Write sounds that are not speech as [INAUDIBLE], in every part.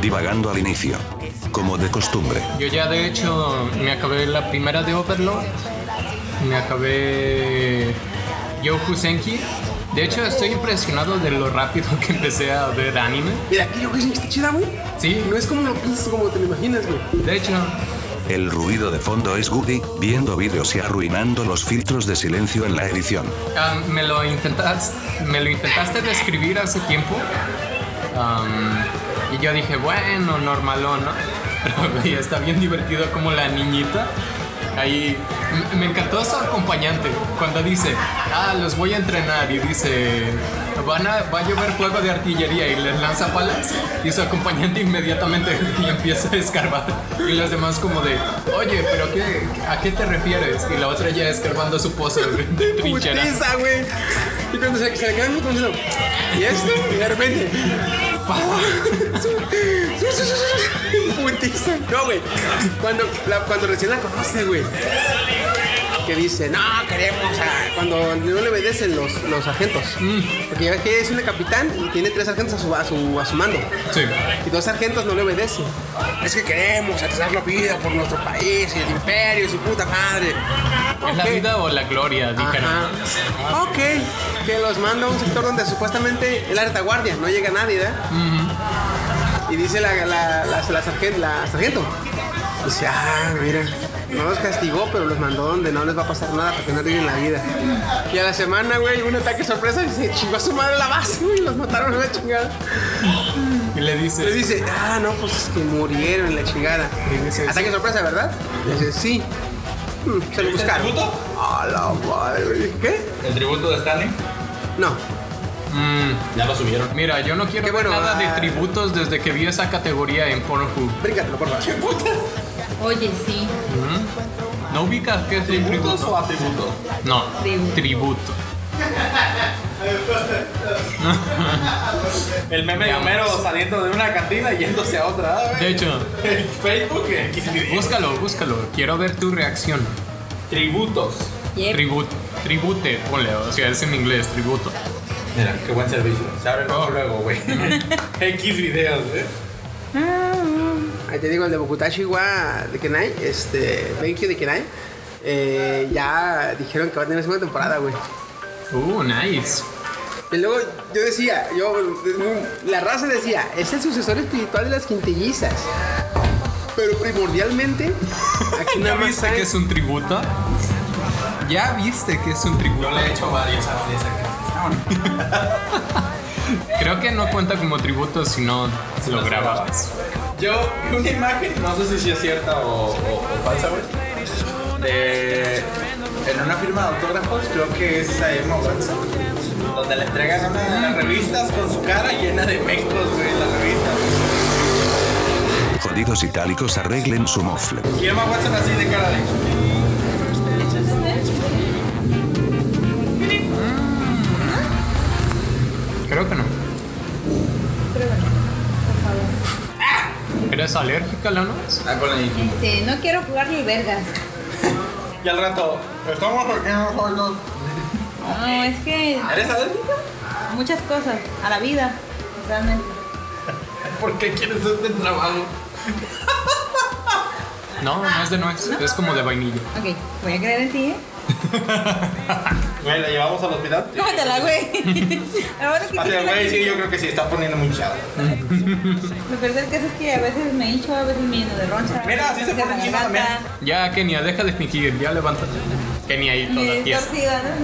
divagando al inicio. Como de costumbre. Yo ya de hecho me acabé la primera de Overlord. Me acabé Yokusenki. De hecho estoy impresionado de lo rápido [LAUGHS] que empecé a ver anime. Mira, aquí yo que está chida, güey. Sí, No es como lo piensas, como te lo imaginas, güey. de hecho, El ruido de fondo es Goody, viendo vídeos y arruinando los filtros de silencio en la edición. ah, me, lo intentas, me lo intentaste describir hace tiempo. Am, y yo dije, bueno, normalón, ¿no? [LAUGHS] Pero güey, está bien divertido como la niñita. Ahí m- me encantó su acompañante cuando dice, ah, los voy a entrenar y dice, Van a, va a llover fuego de artillería y les lanza palas y su acompañante inmediatamente [LAUGHS] y empieza a escarbar y los demás como de, oye, pero qué, ¿a qué te refieres? Y la otra ya escarbando su pozo de, de trinchera. Putiza, güey. Y cuando se, se le quedan con eso. Y esto, y de repente. "Ah, Putiza. No, güey. Cuando, la- cuando recién la conoce, güey. Que dice, no, queremos a... Cuando no le obedecen los, los agentes. Porque ya ves que ella es una capitán y tiene tres agentes a su, a su, a su mando. Sí. Y dos sargentos no le obedecen. Es que queremos atrasar la vida por nuestro país y el imperio y su puta madre. ¿Es la Ok. vida o la gloria? Dijeron. Ajá. Ok, que los manda a un sector donde supuestamente es la retaguardia, no llega nadie, ¿verdad? Y dice la, la, la, la sargen- la sargento. Dice, ah, mira, no los castigó, pero los mandó donde no les va a pasar nada porque no tienen la vida. Y a la semana, güey, un ataque sorpresa y se chingó a su madre la base, güey, y los mataron a la chingada. Y le dices, Le dice, ah, no, pues es que murieron la chingada. Y dice, Ataque sorpresa, ¿verdad? Le dice, sí. Mm, Se lo buscaron. tributo? A la madre. ¿Qué? El tributo de Stanley No, ya lo subieron. Mira, yo no quiero Qué ver bueno, nada de ah. tributos desde que vi esa categoría en Pornhub. Bríncatelo, por favor. Oye, sí. ¿No ubicas qué es un ¿Tributos o tributo? atributos? No, Tributo. tributo. [LAUGHS] El meme de Homero saliendo de una cantina y yéndose a otra. ah, De hecho, En Facebook, en Xvideos. búscalo, búscalo. Quiero ver tu reacción. Tributos. Yep. Tributo, tribute, ponle, o sea, es en inglés, tributo. Mira, qué buen servicio. Se abre luego, luego, [LAUGHS] güey. X videos, güey. Ahí te digo, el de Bogotá, Chihuahua, de Kenai, este, Benkyu de Kenai, eh, ya dijeron que va a tener segunda temporada, güey. Uh, nice. Y luego yo decía, yo, la raza decía, es el sucesor espiritual de las quintillizas. [LAUGHS] Pero primordialmente, aquí ¿Ya nada más viste que hay- es un tributo? ¿Ya viste que es un tributo? Yo le he hecho varias a varias acá. Creo que no cuenta como tributo si no lo grababas. Yo, vi una imagen, no sé si sí es cierta o, o- o falsa, güey. De. En una firma de autógrafos, creo que es a Emma Watson. Donde le entregan una de las revistas con su cara llena de mecos, güey, la revista. Jodidos itálicos arreglen su mofle. Y Emma Watson así de cara de. Creo que no. [LAUGHS] ¿Eres alérgica a la nuez? Ah, con el- Este, no quiero jugar ni vergas. Y al rato, estamos aquí nosotros. No, es que ¿Eres alérgica? muchas cosas. A la vida, realmente. ¿Por qué quieres este trabajo? [LAUGHS] No, no es de nuez, es como de vainilla. Ok, voy a creer en ti, ¿eh? Güey, la llevamos al hospital. Cómetela, güey. [LAUGHS] Ahora que Así, güey, sí, yo creo que sí, está poniendo muy chado. Lo peor del caso es que a veces me hincho, a veces me lleno de roncha. Mira, así se pone la chino también. garganta, Ya, Kenia, deja de fingir, ya levántate. Kenia ahí toda Y tiesa. Eh, torcida, ¿no?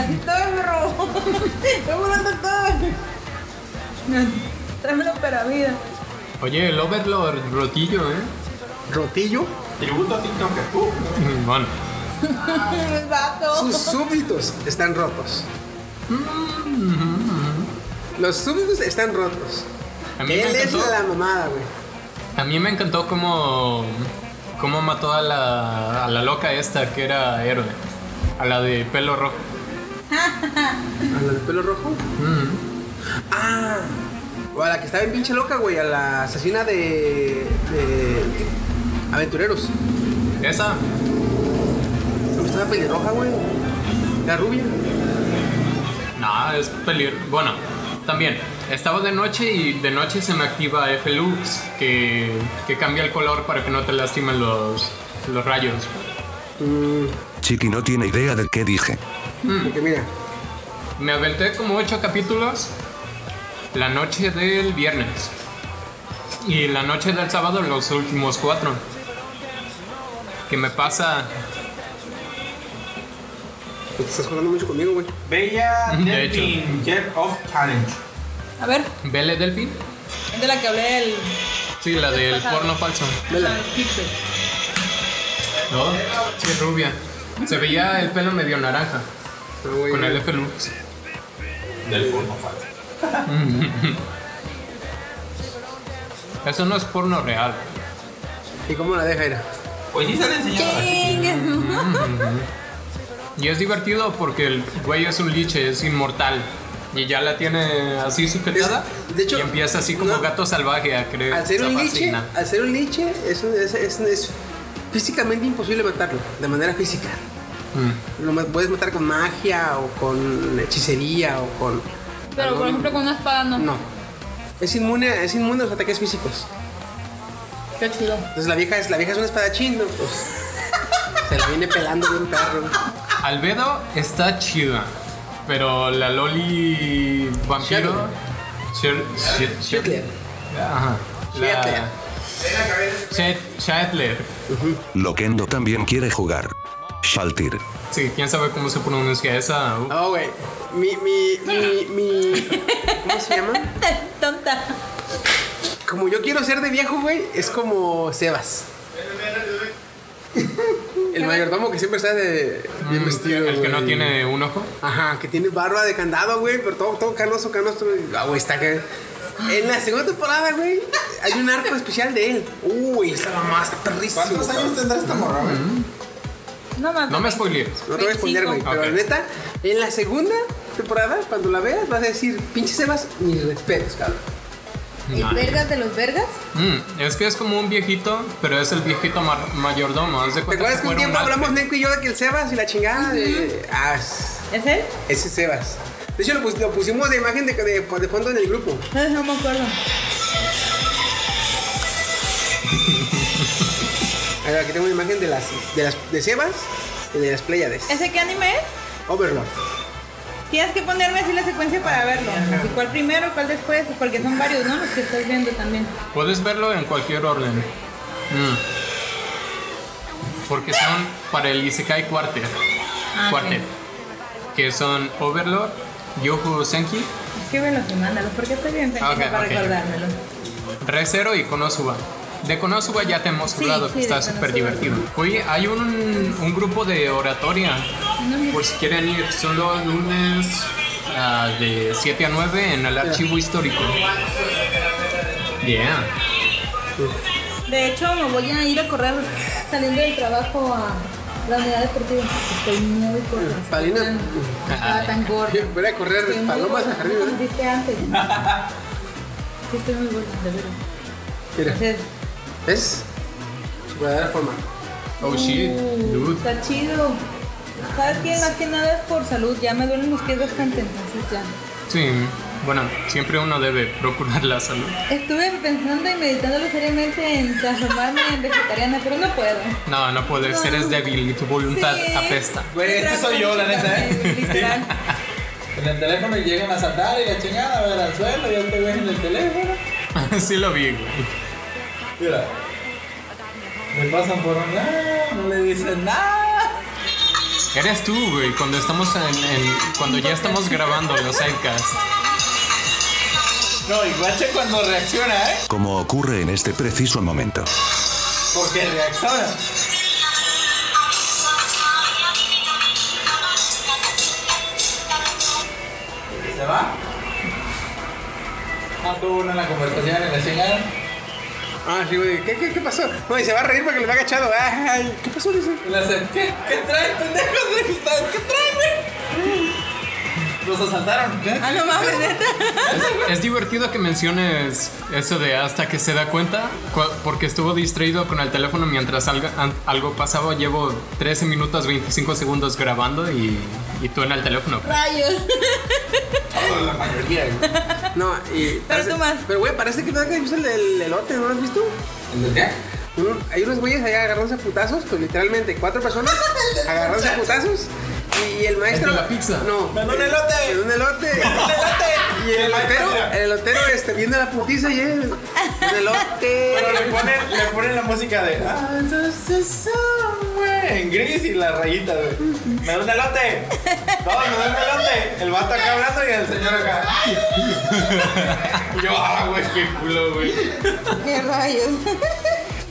Así todo me robó. [LAUGHS] Me voy al doctor. No, [LAUGHS] Tráemelo para vida. [LAUGHS] Oye, el Overlord rotillo, ¿eh? [LAUGHS] Rotillo, Tributo a TikTok. Uh, Bueno, El vato. sus súbditos están rotos. Los súbditos están rotos. Mm-hmm. a mí, me Él es encantó, la mamada, güey. a mí me encantó cómo, cómo mató a la, a la loca esta que era héroe, a la de pelo rojo. ¿A la de pelo rojo? Mm-hmm. Ah. O a la que estaba en pinche loca, güey. A la asesina de. de. Aventureros. Esa, ¿No estaba pelirroja, güey? La rubia. Mm. no, es peligro. Bueno, también. Estaba de noche y de noche se me activa F-Lux, que, que cambia el color para que no te lastimen los, los rayos. Chiqui no tiene idea de qué dije. Porque mira, Me aventé como ocho capítulos la noche del viernes. Y la noche del sábado los últimos cuatro. Que me pasa... te pues, estás jugando mucho conmigo, güey. Bella De Delphine Jet of Challenge. A ver, ¿Vele Delfín? es de la que hablé el. Sí, la del porno falso. Vela. el Twitter. Ah, ¿No? Sí, rubia. Se veía el pelo medio naranja Pero, Ah, güey, con el F-Lux. Del porno falso. Eso no es porno real. ¿Y cómo la deja, era? Pues sí se le enseñaba. Chingue. Y es divertido porque el güey es un liche, es inmortal. Y ya la tiene así sujetada. Es- de hecho, y empieza así como no- gato salvaje a creer. Al ser un liche, zapacina. al ser un liche, es, un- es- es- es físicamente imposible matarlo, de manera física. Mm. Lo ma- puedes matar con magia o con hechicería o con... Pero por ejemplo con una espada no. No. Es inmune, a- es inmune a los ataques físicos. Qué chido. Entonces la vieja es, la vieja es un espadachín, ¿no? Pues, se la viene pelando de un perro. Albedo está chida. Pero la Loli vampiro. Sher- Sher- Shetler. Ajá. La- Shetler. Shet- Shetler. Loquendo también quiere jugar. Shaltir. Sí, quién sabe cómo se pronuncia esa. Uh, No, güey. Mi, mi, mi, mi... ¿Cómo se llama? [LAUGHS] Tonta. Como yo quiero ser de viejo, güey, es como [LAUGHS] Sebas. El mayordomo que siempre está de bien vestido. Ah, el Mm, que no güey. tiene un ojo. Ajá, que tiene barba de candado, güey, pero todo, todo canoso, canoso. güey. Ah, güey, está que. En la segunda temporada, güey, hay un arco especial de él. Uy, está la más perrísimo. ¿Cuántos años cabrón. tendrá esta morra, güey? No mames. Ah, No me spoilees. No te voy a responder, güey, 25. pero Ok. neta, en la segunda temporada, cuando la veas, vas a decir, pinche Sebas, mis respetos, cabrón. ¿El vergas de los vergas? Mm, es que es como un viejito, pero es el viejito ma- mayordomo. haz de ¿Te cuenta acuerdas que un fuera tiempo alce. hablamos, Neko y yo, de que el Sebas y la chingada? de- Ah, es- ¿Es él? Ese es Sebas. De hecho, lo, pus- lo pusimos de imagen de, de- de fondo en el grupo. No, no me acuerdo. A ver, Aquí tengo una imagen de las de, las, de Sebas y de las Pléyades. ¿Ese qué anime es? Overlord. Tienes que ponerme así la secuencia para verlo. Así, ¿Cuál primero, cuál después? Porque son varios, ¿no? Los que estás viendo también. Puedes verlo en cualquier orden. Mm. Porque son para el Isekai Quartet. Ah, ok. Quartet. Que son Overlord, Yohu Senki, Escríbelo y mándalos, porque estoy bien pendiente Ok, para ok. recordármelo. Resero y Konosuba. De Konosuba ya te hemos Sí, hablado, sí, que de está súper Konosuba, divertido. Oye, hay un, un grupo de oratoria, Pues- por si Pues quieren ir. Son los lunes ah, de 7 a 9 en el archivo histórico. Yeah. De hecho, me voy a ir a correr saliendo del trabajo a la unidad deportiva. Estoy muy corta. Palina. Estaba tan gorda. Yo voy a correr Estoy muy palomas gorda, a jardín, ¿no? ¿verdad? Viste antes. Sí, estoy muy gorda, de verdad. Mira, Entonces, ¿ves? Su verdadera forma. Oh shit, uh, dude. Está chido. ¿Sabes qué? Más que nada es por salud. Ya me duelen los pies bastante, entonces ya. Sí, bueno, siempre uno debe procurar la salud. Estuve pensando y meditándolo seriamente en transformarme en vegetariana, pero no puedo. No, no puedes, No. eres débil y tu voluntad apesta. [LAUGHS] Güey, este soy yo, la neta, ¿eh? Literal. En el teléfono llegan a saltar y la chingada, a ver al suelo, ya te ven en el teléfono. sí lo vi, güey. Mira. Me pasan por un lado, no le dicen nada. Eres tú, güey, cuando estamos en, en- cuando ya estamos grabando los sidecasts. No, y guache cuando reacciona, ¿eh? Como ocurre en este preciso momento. Porque reacciona. ¿Se va? Ah, tuvo una en la conversación en la chingada. Ah, sí, güey. ¿Qué, qué, qué pasó? Güey, se va a reír porque le va agachado. Ay, ¿qué pasó? Dice. Y le hace, ¿qué, qué traen, pendejos? ¿Qué traen, güey? Los asaltaron. Ah, no mames, neta. Es divertido que menciones eso de hasta que se da cuenta, cu- porque estuvo distraído con el teléfono mientras algo, an- algo pasaba. Llevo 13 minutos 25 segundos grabando y, y tú en el teléfono. Rayos. La mayoría, güey. No, y. parece- tú más. Pero, güey, parece que no has visto el del elote, ¿no lo has visto? ¿El de qué? Un- hay unos güeyes allá agarrándose a putazos, pues literalmente cuatro personas [LAUGHS] agarrándose a putazos. Y, y el maestro. El de la pizza. No. Me da un elote. Me da un elote. ¡Adelante! Y el elotero, el elotero este, viendo la putiza y él. Un elote. Pero le ponen, le ponen la música de. "Ah, entonces, ah, güey", En gris y la rayita, güey. Me da un elote. No, me da un elote. El vato acá hablando y el señor acá. "Ay". Y yo, ah, güey, qué culo, güey. Qué rayos.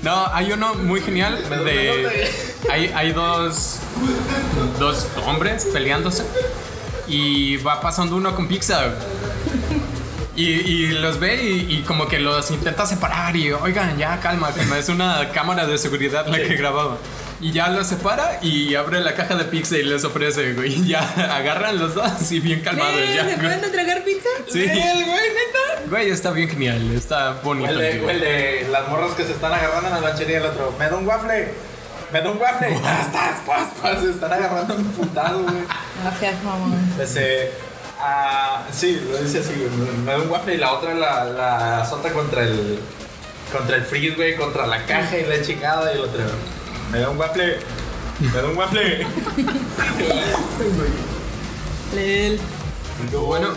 No, hay uno muy genial de... Hay, hay dos, dos hombres peleándose y va pasando uno con pizza. Y, y los ve y, y como que los intenta separar y oigan, ya calma, calma, es una cámara de seguridad la que grababa. Y ya los separa y abre la caja de pizza y les ofrece, güey. [LAUGHS] Y ya agarran los dos y bien calmados Eh, ya, ¿Se güey. pueden tragar pizza? Sí. El güey, neta. Güey, está bien genial, está bonito. el El de, tío. el de las morras que se están agarrando en la lanchería del otro. Me da un waffle. Me da un waffle. [LAUGHS] Tas, tas, pas, pas, Se están agarrando un putado, güey. Gracias, mamá. Ese. Este, ah, sí, lo dice así, güey. Me da un waffle y la otra la, la azota contra el. Contra el freeze, güey, contra la caja y la chingada y el otro. Me da un waffle. Me da un waffle. Lel. Bueno,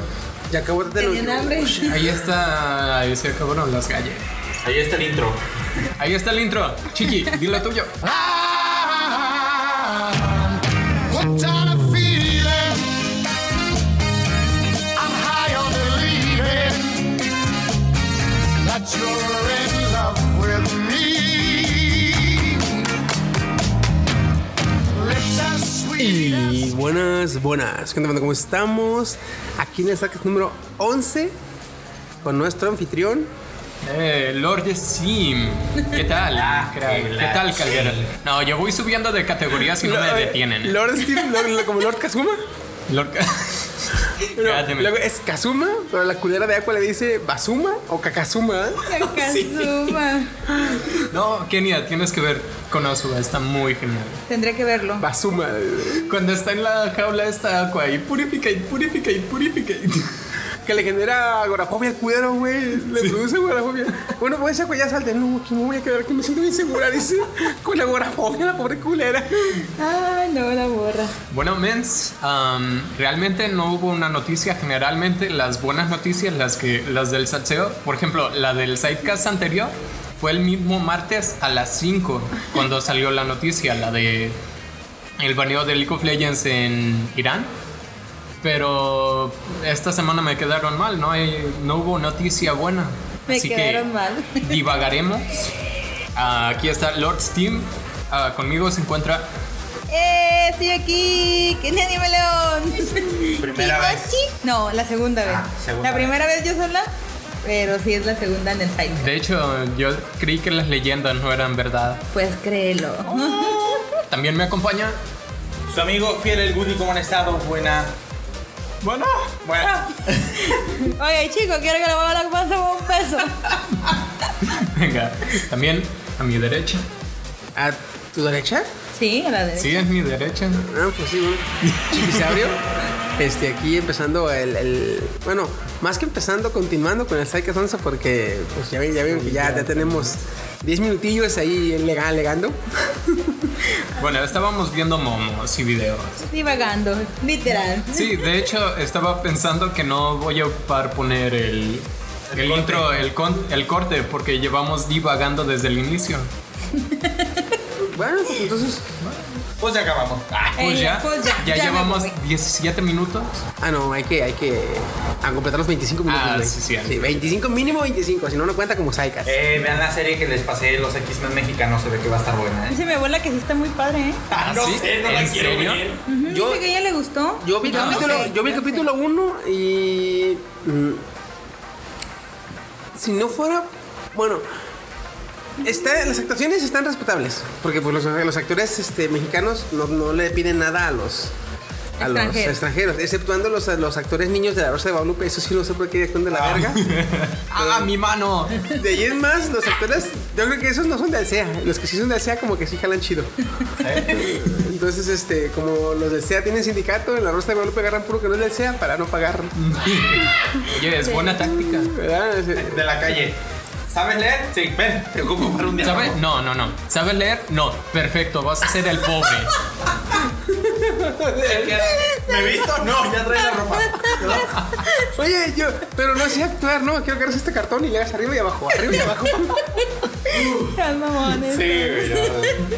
Ya acabó de Tenían hambre. Ahí está, ahí se acabaron las calles. Ahí está el intro. Ahí está el intro. Chiqui, di lo tuyo. What kind of feeling? I'm high on believing that you're in love with me. Lips as sweet as Y buenas, buenas. ¿Qué onda, banda? ¿Cómo estamos? Aquí en el saque número 11 con nuestro anfitrión. Eh, Lord Sim. ¿Qué tal? Ah, ¿Qué tal, Calguero? No, yo voy subiendo de categorías y no me eh, detienen. ¿eh? Lord Steve, lo- lo- como Lord Kazuma. [LAUGHS] Lord... [LAUGHS] Pero Cállate. luego es Kazuma, pero la culera de Aqua le dice Basuma o Kakazuma. [LAUGHS] Kakazuma. No, Kenia, tienes que ver con Osuba, está muy genial. Tendré que verlo. Basuma. Cuando está en la jaula está Aqua y purifica y purifica y purifica. y- [LAUGHS] Que le genera agorafobia al culero, güey. Le produce agorafobia. Bueno, pues esa güey ya salte. No, aquí me voy a quedar, que me siento insegura, dice. [LAUGHS] Con la agorafobia, la pobre culera. Ay, no, la borra. Bueno, mens, am, realmente no hubo una noticia. Generalmente las buenas noticias, las que las del salseo, por ejemplo, la del sidecast anterior fue el mismo martes a las 5 cuando salió la noticia, la de el baneo de League of Legends en Irán. Pero esta semana me quedaron mal, no, hay- no hubo noticia buena. Me Así que- quedaron mal. divagaremos. Ah, aquí está Lord Steam. Ah, conmigo se encuentra. ¡Eh! Estoy aquí. ¡Qué anime [LAUGHS] león! Primera vez. Kimochi. No, la segunda vez. Ah, segunda la primera vez. yo sola, pero sí es la segunda en el site. De hecho, yo creí que las leyendas no eran verdad. Pues créelo. También me acompaña. [LAUGHS] Su amigo fiel el Woody, ¿cómo han estado? Buena. Bueno. Buena. Oye, chico, quiero que la mamá la pase por un peso. Venga. También a mi derecha. ¿A tu derecha? Sí, a la derecha. Sí, es mi derecha. Ah, pues sí, bueno. Chiquisaurio. Este, aquí empezando el, el- Bueno, más que empezando, continuando con el Psychas 11, porque pues ya ven, ya ven que ya, ya tenemos 10 minutillos ahí lega- legando. Bueno, estábamos viendo momos y videos. Divagando, literal. Sí, de hecho, estaba pensando que no voy a ocupar poner el. El, intro, el, con- el corte, porque llevamos divagando desde el inicio. [LAUGHS] Bueno, pues entonces. Pues ya acabamos. Ah, Pues Eh, ya, pues ya, ya ya me llevamos voy. 17 minutos. Ah, no, hay que, hay que a completar los 25 minutos. Ah, güey. sí, sí, sí. 25, mínimo 25, si no, no cuenta como Psychas. Eh, vean la serie que les pasé, los X-Men mexicanos, se ve que va a estar buena, ¿eh? Dice mi abuela que sí está muy padre, ¿eh? Ah, no ¿sí? sé, no ¿En la quiero serio? ver. Ujú, Yo- Dice que a ella le gustó. Yo vi, No, capítulo, no sé, yo vi no sé. [LAUGHS] capítulo 1 y. mm, si no fuera. Bueno. Está, las actuaciones están respetables. Porque pues, los, los actores este, mexicanos no, no le piden nada a los, a los Extranjeros. extranjeros, exceptuando los, a los actores niños de la Rosa de Guadalupe, eso sí no sé por qué actúan de la verga. [LAUGHS] ¡Ah, mi [LAUGHS] mano! De ahí en más, los actores, yo creo que esos no son de Alsea, los que sí son de Alsea como que sí jalan chido. Entonces, este, como los del SEA tienen sindicato, en la Rosa de Guadalupe agarran puro que no es del SEA para no pagar. Oye, es buena táctica. ¿verdad? Ese- De la calle. ¿Sabes leer? Sí, ven, te ocupo para un día. ¿Sabe? No, no, no. ¿Sabe leer? No. Perfecto, vas a ser el [LAUGHS] pobre. ¿Me he visto? No, ya trae la ropa. Oye, yo, pero no sé actuar, ¿no? Quiero agarras este cartón y le hagas arriba y abajo, arriba y abajo. Están mamones.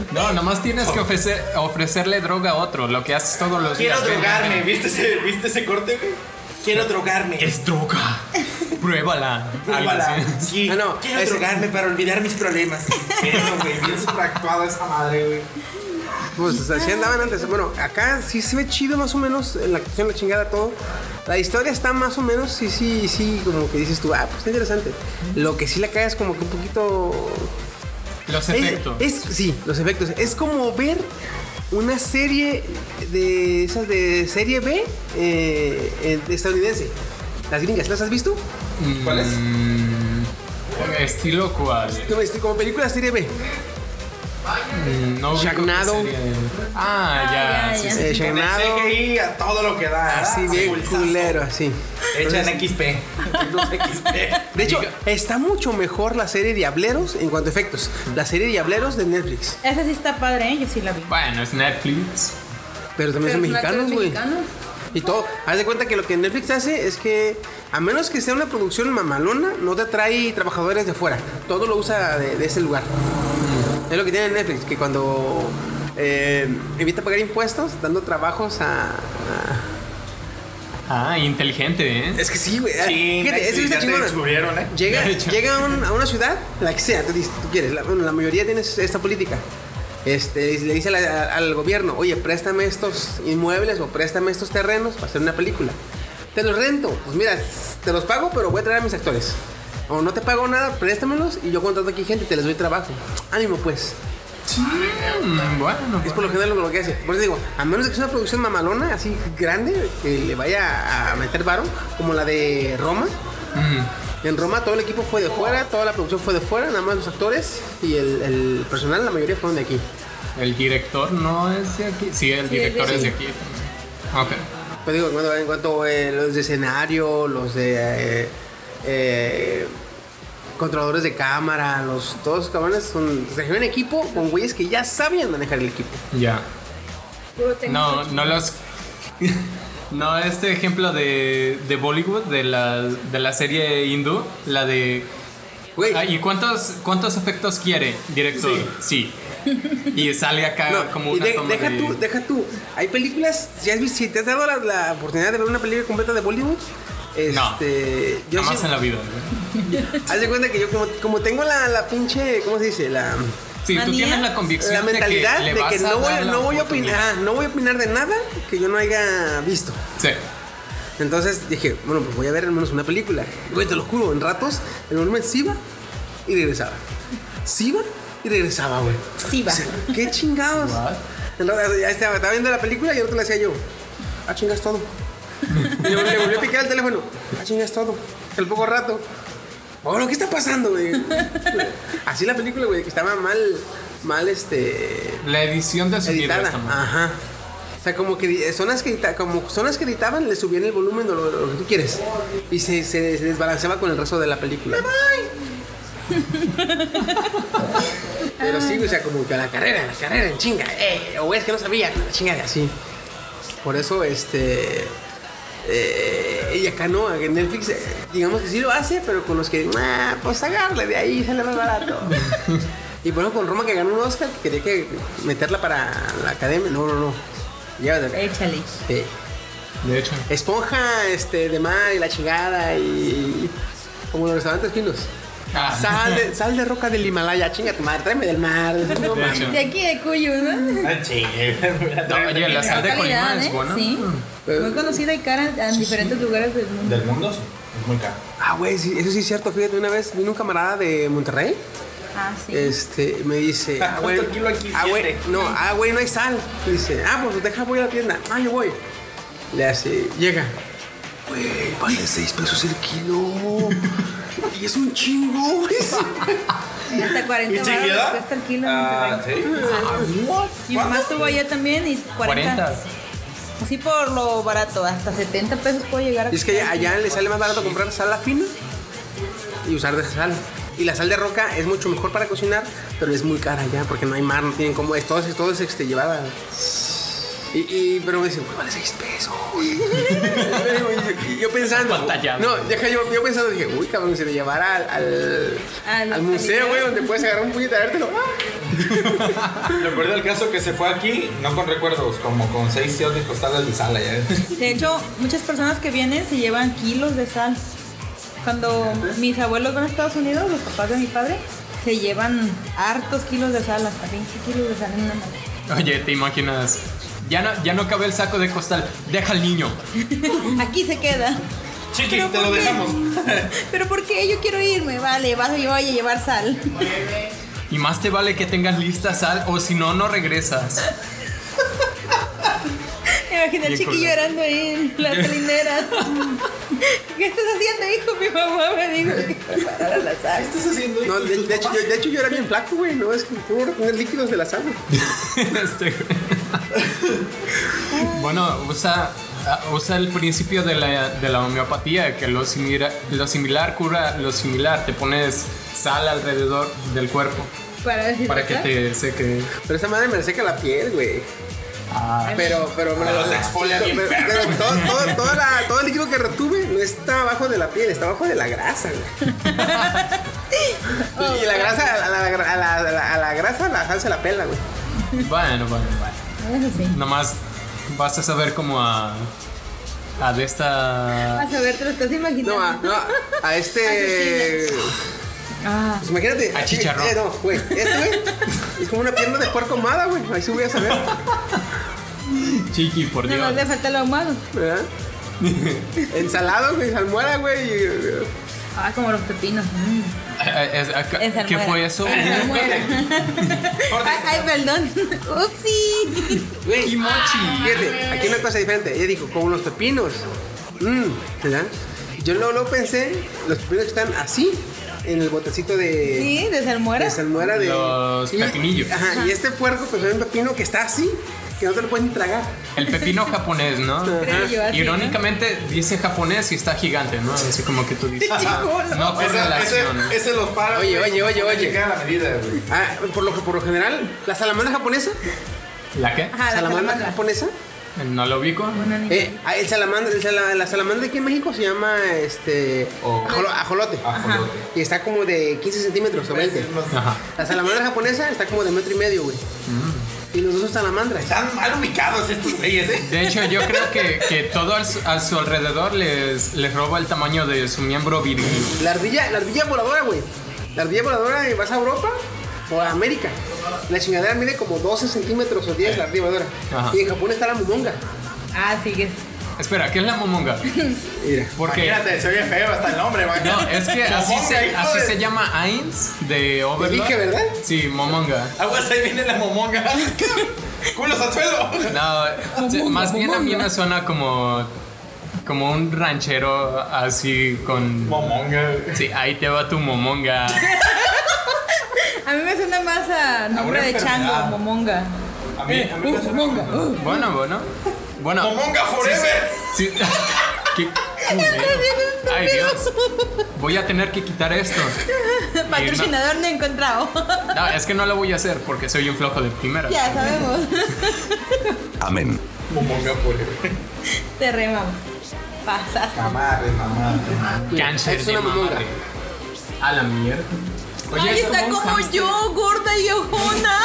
[LAUGHS] No, nomás tienes que ofrecer, ofrecerle droga a otro, lo que haces todos los Quiero días. Ven, drogarme. ven, ¿Viste ese, ¿Viste ese corte, güey? Quiero drogarme. ven. [LAUGHS] Es droga. Pruébala. Pruébala. Algo así. [LAUGHS] Sí. Ah, no, Quiero ese- drogarme para olvidar mis problemas. [LAUGHS] Eso, güey. Bien superactuada esa madre, güey. Pues o sea, así andaban antes. Bueno, acá sí se ve chido más o menos en la acción, la chingada, todo. La historia está más o menos, sí, sí, sí, como que dices tú, ah, pues está interesante. Lo que sí la cae es como que un poquito. Los Es- efectos. Es, sí, los efectos. Es como ver una serie de esas de serie B eh, eh, estadounidense. Las gringas, ¿las has visto? ¿Cuál es? Mm, estilo cual. Como, como película serie B. No ubico qué Shagnado. serie. Ah, ya. Ah, ya, sí, sí. ya. Eh, Con el Shagnado, CGI a todo lo que [LAUGHS] da. Así ¿verdad? bien Pulsazo. culero, así. Hecha en XP. Los XP. De hecho, está mucho mejor la serie Diableros en cuanto a efectos. La serie Diableros de Netflix. Esa sí está padre, ¿eh? Yo sí la vi. Bueno, es Netflix. Pero también son Pero son mexicanos, actores güey. mexicanos. Y todo. Haz de cuenta que lo que Netflix hace es que, a menos que sea una producción mamalona, no te trae trabajadores de fuera. Todo lo usa de, de ese lugar. Es lo que tiene Netflix, que cuando eh, evita pagar impuestos, dando trabajos a. a- Ah, inteligente, ¿eh? Es que sí, güey. Sí, Fíjate, Netflix, eso está ya te chingona. descubrieron, ¿eh? Llega, De hecho. llega a, un- a una ciudad, la que sea, tú, dices, tú quieres, la, bueno, la mayoría tiene esta política. Este, le dice a la- a- al gobierno, oye, préstame estos inmuebles o préstame estos terrenos para hacer una película. Te los rento, pues mira, te los pago, pero voy a traer a mis actores. O no te pago nada, préstamelos y yo contrato aquí gente y te les doy trabajo. Ánimo pues. Mm, bueno. Es por lo general lo que hace. Por eso digo, a menos de que sea una producción mamalona, así grande, que le vaya a meter varo, como la de Roma. En Roma todo el equipo fue de fuera, toda la producción fue de fuera, nada más los actores y el, el personal, la mayoría fueron de aquí. El director no es de aquí. Sí, el Sí, director es de es de aquí. aquí. Ok. Pero digo, cuando- en cuanto eh, los de escenario, los de eh, eh, controladores de cámara, los todos los cabrones son se generó un equipo con güeyes que ya sabían manejar el equipo. Ya. Puro técnico No, chido. no [LAUGHS] los. No, este ejemplo de, de Bollywood, de la, de la serie hindú, la de. Güey, Ah, ¿Y cuántos, cuántos efectos quiere, director? Sí. Y sale acá No, Ah, como y una de- toma deja de- tú, deja tú. Hay películas, si, has visto- si te has dado la, la oportunidad de ver una película completa de Bollywood, este, yo Jamás sí- en la vida. ¿no? haz de cuenta que yo como, como tengo la, la pinche, ¿cómo se dice? La, Sí, tú Manía. tienes la convicción. la de que mentalidad le de que vas a no voy, dar la no voy a oportunidad. opinar, no voy a opinar de nada que yo no haya visto. Sí. Entonces dije, bueno, pues voy a ver al menos una película. Güey, te lo juro, en ratos, el volumen se iba y regresaba. Se iba y regresaba, güey. Sí, va. O sea, ¿Qué chingados? What? Entonces, ya estaba, estaba viendo la película y el otro le decía yo, ah, chingas todo. Y yo le volví a picar el teléfono, ah, chingas todo. El poco rato, bueno, ¿qué está pasando, güey? Así la película, güey, que estaba mal, mal, este, La edición de su video editada. está mal. Ajá. O sea, como que di- eh, son las que, edita- como son las que editaban, le subían el volumen o lo, lo que tú quieres. Y se, se- se desbalanceaba con el resto de la película. Pero sí, o sea, como que a la carrera, a la carrera, en chinga. Eh, o es que no sabía, a la chingada, así. Por eso, este. eh, y acá no, en Netflix, eh, digamos que sí lo hace, pero con los que, "Ah, pues agarle de ahí, sale más barato. Y bueno, con Roma que ganó un Oscar, que quería que meterla para la academia. No, no, no. Llévatela. Échale. Eh, De hecho. esponja este, de mar y la chingada y. Como los restaurantes finos. Ah. Sal de, sal de roca del Himalaya, chinga tu madre, tráeme del mar. No De mames. hecho. De aquí de Cuyo, ¿no? Ah, chingue. No, oye, la sal de Colima Calidad, ¿eh? ¿eh? es buena. Sí. Muy conocida y cara en diferentes lugares del mundo. [LAUGHS] Del mundo, sí. Es muy caro. Ah, güey, sí, eso sí es cierto. Fíjate, una vez vino un camarada de Monterrey. Ah, sí. Este, me dice, ah, güey, ¿Cuánto kilo aquí? ah, güey, Siete. no, ah, güey, no hay sal. Dice, ah, pues deja, voy a la tienda. Ah, yo voy. Le hace, llega. Güey, vale 6 pesos el kilo. [LAUGHS] y es un chingo, güey. [LAUGHS] Hasta 40 ¿Y baros chiquita? cuesta el kilo. en Ah, Monterrey. sí. Mi mamá estuvo allá también y 40. 40. Así por lo barato, hasta 70 pesos puedo llegar a Y es que allá, costar. allá le sale más barato comprar sal fina y usar de esa sal. Y la sal de roca es mucho mejor para cocinar, pero es muy cara allá porque no hay mar, no tienen cómo. Es, todo es, todo es este, llevada. Y, y- pero me dicen, "Güey, vale 6 pesos. [LAUGHS] y yo pensando. Batallando. No, deja yo, yo pensando, dije, uy, cabrón, si te llevara al, al, A la al museo, salida. güey, donde puedes agarrar un puño y [LAUGHS] traértelo. ¡Ah! Lo peor del caso que se fue aquí, no con recuerdos, como con 6 tíos de costales de sal allá. De hecho, muchas personas que vienen se llevan kilos de sal. Cuando mis abuelos van a Estados Unidos, los papás de mi padre, se llevan hartos kilos de sal, hasta 20 kilos de sal en una mano. [LAUGHS] Oye, te imaginas. Ya no, ya no cabe el saco de costal. Deja al niño. Aquí se queda. Chiqui, ¿Pero te por lo qué? dejamos. Pero ¿por qué? Yo quiero irme. Vale, vas yo voy a llevar sal. [LAUGHS] Y más te vale que tengas lista sal o si no, no regresas. [LAUGHS] Me imaginé al Bien chiqui colgado. llorando ahí en la salinera. ¿Qué estás haciendo, hijo? Mi mamá me dijo que preparara la sal. ¿Qué estás haciendo? No, de, de hecho, yo, de hecho, yo era bien flaco, güey. No, es que puedo retener líquidos de la sal. güey. Este- bueno, usa, ah, usa el principio de la, de la homeopatía, que lo, simila- lo similar cura lo similar. Te pones sal alrededor del cuerpo Para, para que te seque. Pero esa madre me seca la piel, güey. Ah, Pero, pero, me Pero te exfolia bien pero- perro, pero todo, todo, toda la- todo el líquido que retuve no está abajo de la piel, está abajo de la grasa, güey. y, y la grasa, a la, a la- a la- a la- a la grasa, la sal se la pela, güey. bueno, bueno, bueno. Eso sí. Nomás vas a saber como a. a de esta. Vas a ver, te lo estás imaginando. No, ah. a, no, a este. Ah, Pues imagínate. A así, chicharrón. eh, no, güey. Este, güey. Es como una pierna de puerco amada, güey. Ahí sí voy a saber, Chiqui, por nada Dios. más le falta lo ahumado. [LAUGHS] ¿verdad? Ensalado, güey, salmuera, güey. y- Ah, como los pepinos. Mm. Eh, eh, acá- En ¿Qué salmuera. fue [LAUGHS] eso? En [LAUGHS] salmuera. ay, ay, perdón. Upsi. Güey, Fíjate, aquí una cosa diferente. Ella dijo, con los pepinos. Mm, ¿verdad? Yo luego, luego pensé, los pepinos que están así, en el botecito de, Sí, de salmuera. de salmuera de. Los y- pepinillos. Ajá, y este puerco, pues es un pepino que está así, que no te lo puedes ni tragar. El pepino japonés, ¿no? Creo yo, así, ¿no? Irónicamente dice japonés y está gigante, ¿no? Así como que tú [LAUGHS] dices. Chico, no. No, qué pues Ese, relación. ¿no? ese los para. Oye, güey. oye, oye, oye. Queda la medida, güey. Ah, por lo, por lo general, la salamandra japonesa, ¿La qué? Ajá, la salamandra salamandra. japonesa, No lo ubico. Un animal. eh, ah, el salamandra, el sala- la salamandra aquí en México se llama este O- ajolo- ajolote. Ajolote. Y está como de 15 centímetros o 20. Ajá. La salamandra japonesa está como de metro y medio, güey. Y los dos son salamandras. Están mal ubicados estos güeyes, eh. De hecho, yo creo que, que todo al su- a su alrededor les, les roba el tamaño de su miembro viril. La ardilla, la ardilla voladora, güey. La ardilla voladora, eh, vas a Europa o a América. La chingadera mide como 12 centímetros o 10, la ardilla voladora. Ajá. Y en Japón está la mumonga. Ah, sigues. Espera, ¿qué es la momonga? Mira. Porque. Imagínate, se oye feo hasta el nombre, güey. No, es que así Momonga, se, hijo así de- se llama Ainz de Overlord. dije, ¿verdad? Sí, momonga. Aguas, ahí viene la momonga. [LAUGHS] ¡Culos al suelo! No, sí, más bien a mí me suena como. como un ranchero así con. Momonga, güey. Sí, ahí te va tu momonga. A mí me suena más a nombre una de chango, enfermedad. momonga. Uh, A mí, a mí me suena- Bueno, bueno. Bueno. Eh, ¡Momonga forever! Sí. Qué culero. Ay, [LAUGHS] Dios. Voy a tener que quitar esto. Patrocinador no he encontrado. [LAUGHS] No, es que no lo voy a hacer porque soy un flojo de primera. [LAUGHS] ya sabemos. Amén. Momonga forever. Te remamos. Pasas. Mamadre, mamadre. Cáncer Es de una momonga. mamadre. A la mierda. Oye, Ay, es está un como hámster. yo, gorda y ojona.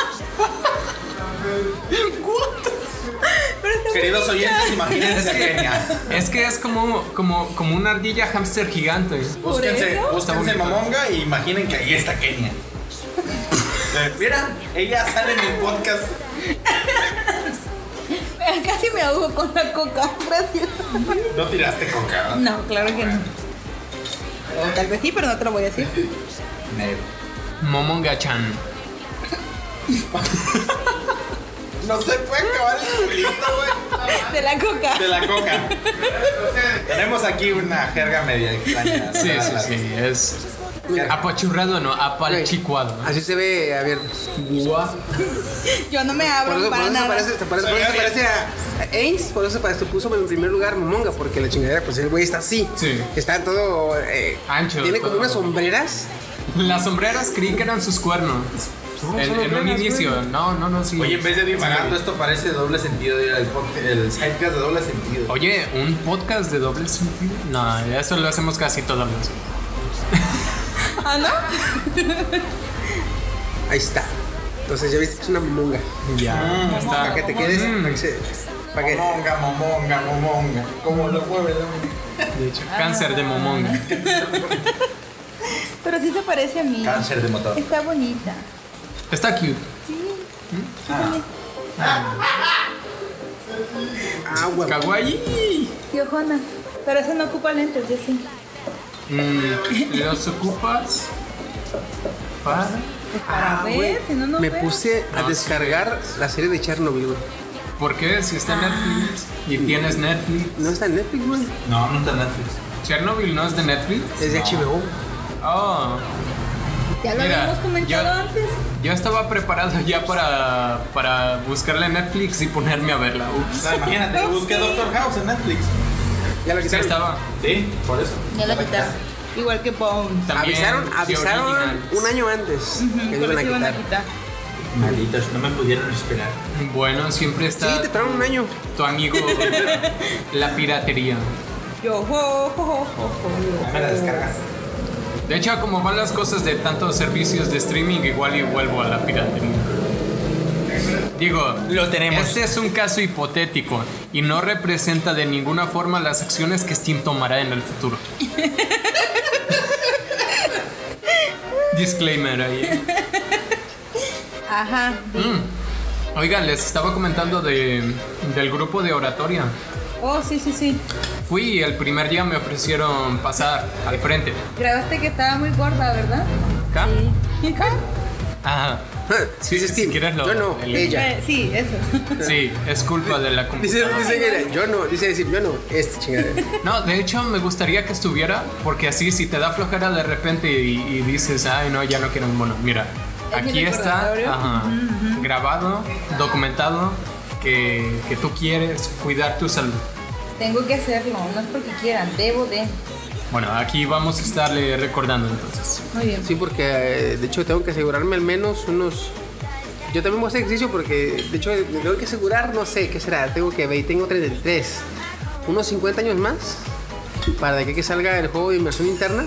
Pero está Queridos bonita. oyentes, imagínense a Kenia. Es que es como, como, como una ardilla hámster gigante. ¿Por Búsquense, eso? búsquense Momonga y imaginen que ahí está Kenia. Eh, Mira, ella sale en el podcast. Casi me ahogo con la coca, gracias. No tiraste coca. ¿no? No, claro que no. O tal vez sí, pero no te lo voy a decir. Negro. Momonga-chan. No se puede acabar el culito, güey. De la coca. De la coca. Tenemos aquí una jerga media extraña. Sí, ¿verdad? sí, sí. Es Mira. apachurrado, no, apalchicuado. ¿no? Ah, Así se ve abierto. Guau. Yo no me Por abro eso, por para eso se nada. parece, se parece, por eso se parece a a Ains, por eso se parece- se puso en primer lugar Momonga, porque la chingadera, pues el güey está así. Sí. Está todo eh, Ancho, Tiene como todo. unas sombreras. Las sombreras creí que eran sus cuernos. No, En, son en un sombreras, inicio. güey. No, no, no, sí. Oye, en vez de divagando, esto parece doble sentido. El, podcast- el sidecast de doble sentido. Oye, ¿un podcast de doble sentido? No, eso lo hacemos casi todos los. Ah, ¿no? Ahí está. Entonces ya viste que es una Momonga. Ya. ya Para está. que te quedes. Mm. para que se- Para que. Momonga, momonga, momonga. Como lo mueve, ¿no? De hecho, cáncer de momonga. Pero sí se parece a mí. Cáncer de motor. Está bonita. Está cute. Agua. Kawaii. Johanna. Pero ese no ocupa lentes, yo sí. Mm, ¿Los ocupas? Para. Para Ah, ver, güey, si no, no me veo. puse a No, descargar la serie de Chernobyl, güey. ¿Por qué? Si está en Netflix y tienes Netflix. No está en Netflix, güey. No, no está en Netflix. ¿Chernobyl no es de Netflix? Es de HBO. Oh. Ya lo Mira, habíamos comentado yo- antes. Yo estaba preparado ya para, para buscarla en Netflix y ponerme a verla. Ups. No, imagínate, Ah, yo busqué Doctor House en Netflix. Ya lo Sí quitaron. estaba. Sí, por eso. Ya la quitaron. Igual que Bones. También avisaron The avisaron Originals. un año antes que lo Por iban a eso iban a quitar. quitar. Malditos, no me pudieron esperar. Bueno, siempre Sí, está te esperaron un año. tu amigo la piratería. Yo, jo, jo, jo. Me la descargas. De hecho, como van las cosas de tantos servicios de streaming, igual y vuelvo a la piratería. Digo, Lo tenemos. Este es un caso hipotético y no representa de ninguna forma las acciones que Steam tomará en el [LAUGHS] futuro. Disclaimer ahí. Ajá. Mm. Oigan, les estaba comentando de, del grupo de oratoria. Oh, sí, sí, sí. Fui y el primer día me ofrecieron pasar al frente. Grabaste que estaba muy gorda, ¿verdad? ¿Acá? Sí. Ajá. Sí, [LAUGHS] Dice si Steve, quieres lo- Yo no, el- ella. Eh, sí, eso. Sí, es culpa de la Dice, computadora. dice eh, que era, yo no, dice decir, yo no, este chingadera. No, de hecho me gustaría que estuviera, porque así si te da flojera de repente y, y dices, ay no, ya no quiero un mono. Mira, Es mi aquí está recordatorio. ajá, grabado, documentado, que, que tú quieres cuidar tu salud. Tengo que hacerlo, no es porque quieran, debo de. Bueno, aquí vamos a estarle recordando entonces. Muy bien. Sí, porque eh, de hecho tengo que asegurarme al menos unos. Yo también voy a hacer ejercicio porque de hecho me tengo que asegurar, no sé qué será, tengo que ver, tengo 33, unos 50 años más para que, que salga el juego de inversión interna.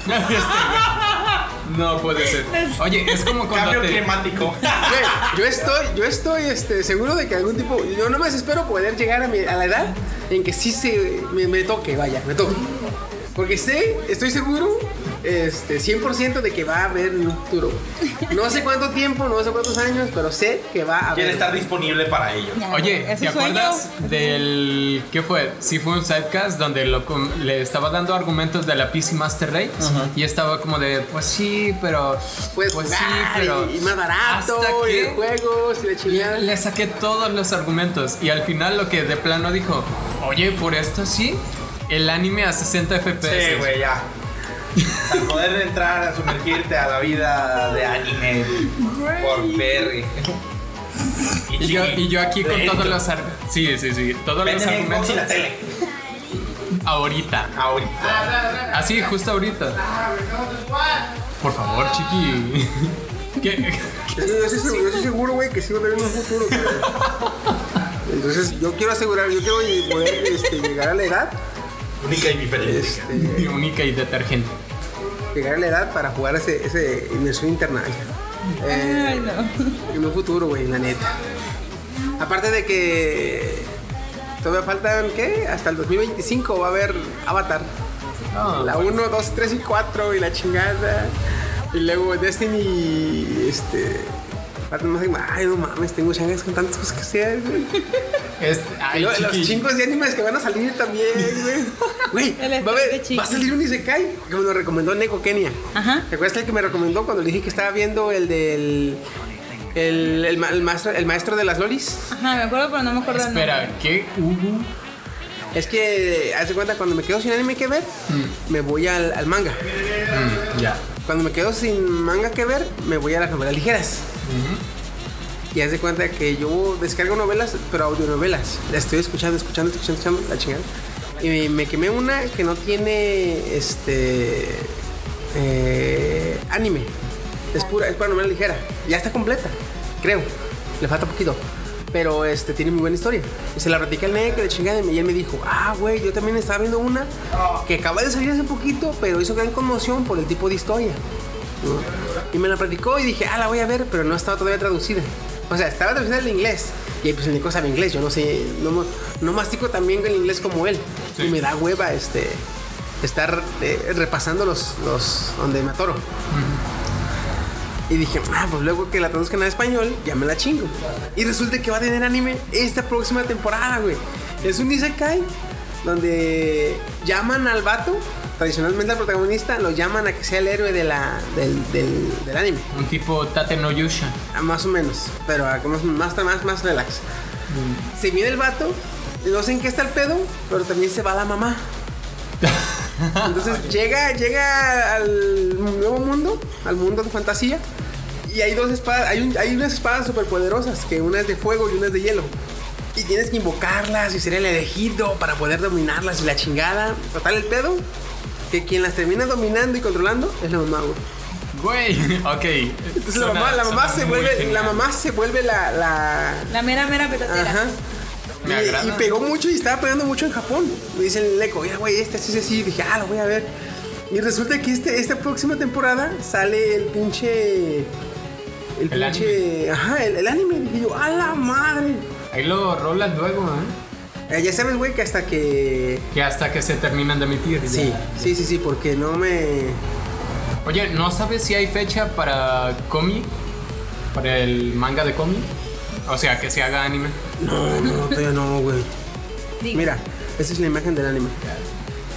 No puede ser. Oye, es como cuando Cambio te... climático. [LAUGHS] Güey, yo estoy, yo estoy este, seguro de que algún tipo. Yo no me desespero poder llegar a, mi- a la edad en que sí se, me, me toque, vaya, me toque. Porque sé, estoy seguro, este, 100% de que va a haber un futuro. No sé cuánto tiempo, no sé cuántos años, pero sé que va a Quiere haber. estar disponible para ello. Ya, Oye, ¿es ¿te un sueño? acuerdas del... ¿Qué fue? Sí fue un sidecast donde lo com- le estaba dando argumentos de la PC Master Race y estaba como de, pues sí, pero... pues Puedes jugar y, y más barato, ¿hasta y qué? juegos, y la chingada. Le saqué todos los argumentos y al final lo que de plano dijo, oye, por esto sí, el anime a 60 FPS. Sí, güey, [LAUGHS] ya. Para poder entrar a sumergirte a la vida de anime por Perry. y, yo, y yo aquí con todos los argumentos. Sí, sí, sí, todos los Venden en Xbox argumentos. y la tele. Ah, Ahorita. Ahorita. Así, Ah, justo ahorita. Por favor, chiqui. [LAUGHS] ¿Qué? Yo estoy seguro- yo estoy seguro, güey, que sí va a haber un futuro, güey. [LAUGHS] Entonces, yo quiero asegurar, yo quiero poder este, llegar a la edad. Única y diferente. este, Única y detergente. llegar a la edad para jugar ese, ese inmersión interna. Eh, Ay, no. en un futuro, güey, la neta. Aparte de que todavía faltan, ¿qué? Hasta el 2025 va a haber Avatar. No, La 1, 2, 3 y 4 y la chingada. Y luego Destiny, este... Batman, Ay, no mames, tengo changas con tantas cosas que hacer, güey. es- ay, Y luego chiqui. Este, los chingos de animes que van a salir también, güey. El Güey, va, a efecto haber- chiqui. va a salir un Isekai, como lo recomendó Neko Kenia. Ajá. ¿Te acuerdas el que me recomendó cuando le dije que estaba viendo el del. el, el ma- el maestro, el maestro de las lolis. Ajá, me acuerdo, pero no me acuerdo el nombre. Espera, ¿qué hubo? Es que, haz de cuenta, cuando me quedo sin anime que ver, me voy al, al manga. Mm, ya. Cuando me quedo sin manga que ver, me voy a las novelas ligeras. Y haz de cuenta que yo descargo novelas, pero audionovelas. La estoy escuchando, escuchando, escuchando, escuchando, la chingada. Y me, me quemé una que no tiene este. eh, anime. Es pura, es pura novela ligera. Ya está completa, creo. Le falta poquito. Pero este, tiene muy buena historia. Y se la platicé al negro, la chingada. Y él me dijo, ah, güey, yo también estaba viendo una que acaba de salir hace poquito, pero hizo gran conmoción por el tipo de historia. Y me la platicó y dije, ah, la voy a ver, pero no estaba todavía traducida. O sea, estaba traducida al inglés. Y pues el Nico sabe inglés, yo no sé, no, ma- no mastico tan bien el inglés como él. Y me da hueva este, estar eh, repasando los, los donde me atoro. Y dije, ah, pues luego que la traduzcan a español, ya me la chingo. Y resulta que va a tener anime esta próxima temporada, güey. Es un Isekai donde llaman al vato, tradicionalmente al protagonista, lo llaman a que sea el héroe de la, del, del, del anime. Un tipo Tate no Yusha. Ah, Más o menos, pero ah, como es más, más, más relax. Se viene el vato, no sé en qué está el pedo, pero también se va la mamá. Entonces llega, llega al nuevo mundo, al mundo de fantasía, y hay dos espadas, hay, un- hay unas espadas superpoderosas, que una es de fuego y una es de hielo. Y tienes que invocarlas y ser el elegido para poder dominarlas y la chingada. Total el pedo, que quien las termina dominando y controlando es la mamá, güey. Güey, [LAUGHS] ok. Entonces la mamá, la mamá se vuelve, la mamá se vuelve la, la... La mera, mera pelotera. Ajá. Me Y- agrada. y, pegó mucho y estaba pegando mucho en Japón. Me dice el Leco, mira, güey, este sí, sí, sí. Dije, ah, lo voy a ver. Y resulta que este, esta próxima temporada sale el pinche. El, El pinche. Ajá, el, el anime. Dije yo, a la madre. Ahí lo rolas luego, ¿eh? Eh, ya sabes, güey, que hasta que. Que hasta que se terminan de emitir. ya. Sí, sí, sí, sí, porque no me. Oye, ¿no sabes si hay fecha para Komi? Para el manga de Komi? O sea, que se haga anime. No, no, todavía no, güey. Digo, Mira, esa es la imagen del anime.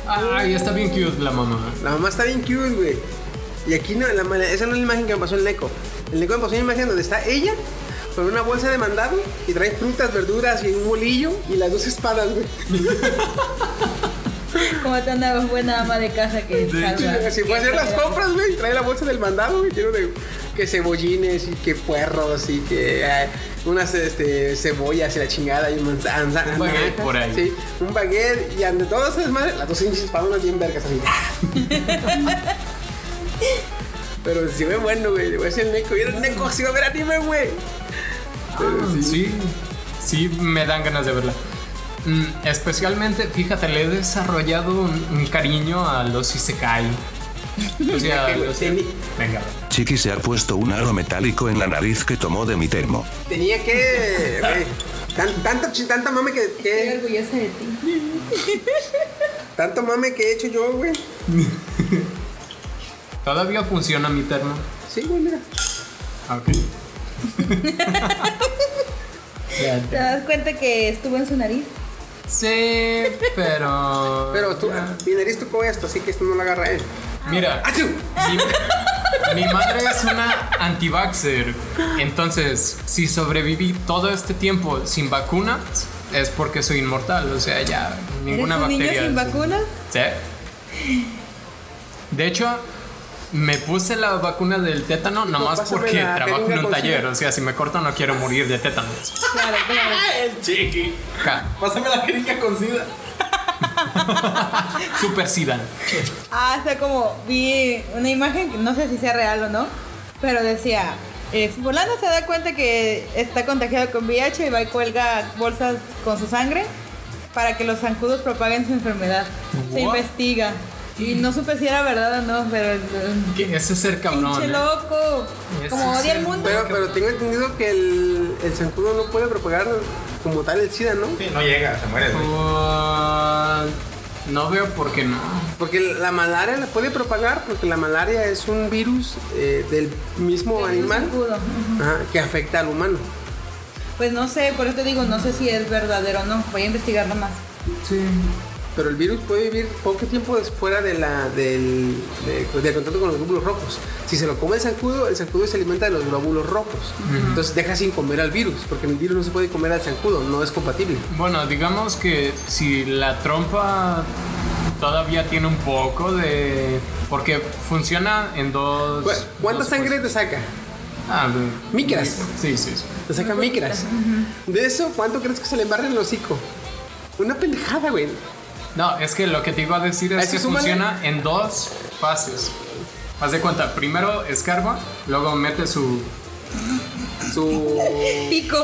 Ay, Ah, está bien cute la mamá. La mamá está bien cute, güey. Y aquí no, la ma- esa no es la imagen que me pasó el Neco. El Neco me pasó una imagen donde está ella con una bolsa de mandado y trae frutas, verduras y un bolillo y las dos espadas, güey. Como tan una buena ama de casa que salva. Si fue a hacer las compras, güey, trae la bolsa del mandado, güey, lleno de que cebollines y que puerros y que eh, unas este, cebollas y la chingada y manzana. Un baguette por ahí. Sí, un baguette y ante todas esas madres, las dos hinchas para unas bien vergas así. Pero si ve bueno, güey, le voy a decir el Neko. Y el Neko si va a ver anime, güey. Sí. sí, me dan ganas de verla. Mm, Especialmente, fíjate, le he desarrollado un, un cariño a los Isekai. O sea, Ya que, los- güey, sí. Venga. Chiqui se ha puesto un aro metálico en la nariz que tomó de mi termo. Tenía que. güey, tan- tanto, chi- tanta mame que, Estoy que- orgullosa de ti. Tanto mame que he hecho yo, güey. Todavía funciona mi termo. Sí, güey, mira. Ok. ¿Te das cuenta que estuvo en su nariz? Sí, pero. Pero tú, mi nariz tocó esto, así que esto no lo agarra él. Mira, ¡Achú! mi, mi madre es una antivaxxer. Entonces, si sobreviví todo este tiempo sin vacunas, es porque soy inmortal. O sea, ya ninguna ¿Eres un niño bacteria. sin vacunas? Sí. De hecho, me puse la vacuna del tétano nomás pásame porque la trabajo en jeringa un con taller. O sea, si me corto no quiero morir de tétano. Claro, claro. Chiqui. Ja, Pásame la jeringa con sida. Super sida. Ah, o sea, como vi una imagen que no sé si sea real o no, pero decía, eh, fulano se da cuenta que está contagiado con VIH y va y cuelga bolsas con su sangre para que los zancudos propaguen su enfermedad. Se What? investiga. Y no supe si era verdad o no, pero... eh, Que Ese es el cabrón. ¡Pinche ¿eh? loco! Ese Como es odia el el- mundo. Pero, pero tengo entendido que el, el zancudo no puede propagar como tal el SIDA, ¿no? Sí, no llega, se muere. güey. Uh, no veo por qué no. Porque la malaria la puede propagar, porque la malaria es un virus eh, del mismo Del mismo animal zancudo. ajá, que afecta al humano. Pues no sé, por eso te digo, no sé si es verdadero o no. Voy a investigarlo más. Sí. pero el virus puede vivir poco tiempo des- fuera de la, del, de- del contacto con los glóbulos rojos. Si se lo come el zancudo, el zancudo se alimenta de los glóbulos rojos. Entonces deja sin comer al virus, porque el virus no se puede comer al zancudo, no es compatible. Bueno, digamos que si la trompa todavía tiene un poco de... Porque funciona en dos... Cu- ¿Cuánta dos sangre te saca? cosas. Ah, de- Micras. Sí, sí. sí. Te sacan micras. De eso, ¿cuánto crees que se le embarra en el hocico? Una pendejada, güey. No, es que lo que te iba a decir ¿A es eso que súmale? funciona en dos fases. Haz de cuenta, primero escarba, luego mete su, Su... Pico.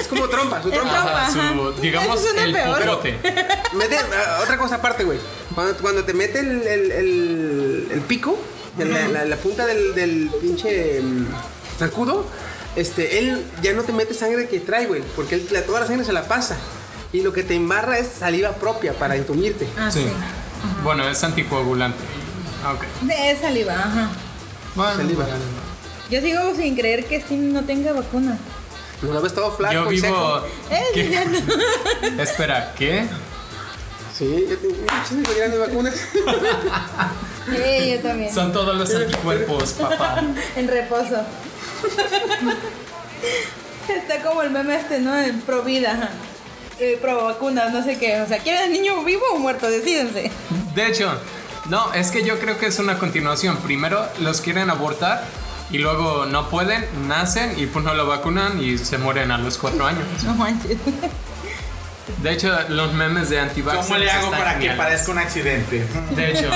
Es como trompa, su Es trompa. trompa, su- ajá. digamos, Eso suena el peor. popote. Mete, ah, otra cosa aparte, güey. Cuando, cuando te mete el, el- el- el pico, en la, la- la punta del, del pinche mm, zancudo, este, él ya no te mete sangre que trae, güey, porque él, la- toda la sangre se la pasa. Y lo que te embarra es saliva propia para entumirte. [LAUGHS] Ah, sí. Sí. Bueno, es anticoagulante. Ah, Ok. [LAUGHS] De saliva, ajá. Bueno, Saliva. Yo sigo sin creer que Steam no tenga vacuna. Eh, Nos lo ves todo flaco Yo y vivo. seco. Es [LAUGHS] ¿Qué? cierto. [LAUGHS] [LAUGHS] Espera, ¿qué? Sí, yo tengo muchísimas grandes vacunas. Sí, yo también. Son todos los anticuerpos, papá. En reposo. [LAUGHS] Está como el meme este, ¿no? En pro vida. Eh, pro vacunas, no sé qué. O sea, ¿quieren al niño vivo o muerto? Decídense. [LAUGHS] De hecho, no, es que yo creo que es una continuación. Primero los quieren abortar y luego no pueden, nacen y pues no lo vacunan y se mueren a los cuatro años. No manches. De hecho, los memes de anti ¿Cómo le hago para que parezca un accidente? De hecho,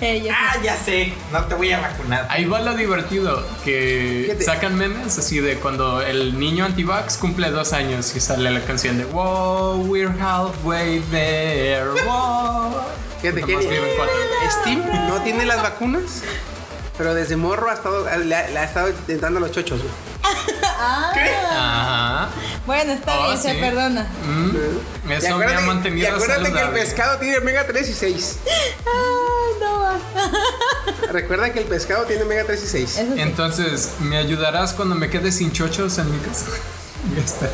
Eh, ya ah, ya sé. No te voy a vacunar. ahí va lo divertido, que Fíjate. sacan memes así de cuando el niño antivax cumple dos años y sale la canción de Wow, we're halfway there, wow. Fíjate Nomás que- viven cuatro. Steam no tiene las vacunas, pero desde morro ha estado, le, ha, le ha estado entrando a los chochos, güey. Ajá. Bueno, está Ah, Oh, bien, se sí. perdona. Mm. Y Eso me ha acuérdate- mantenido y acuérdate que el saludable. pescado tiene omega 3 y 6. Ay, Ah, no [LAUGHS] va. Recuerda que el pescado tiene omega 3 y 6. Eso sí. Entonces, ¿me ayudarás cuando me quede sin chochos en mi casa? [LAUGHS] Ya está.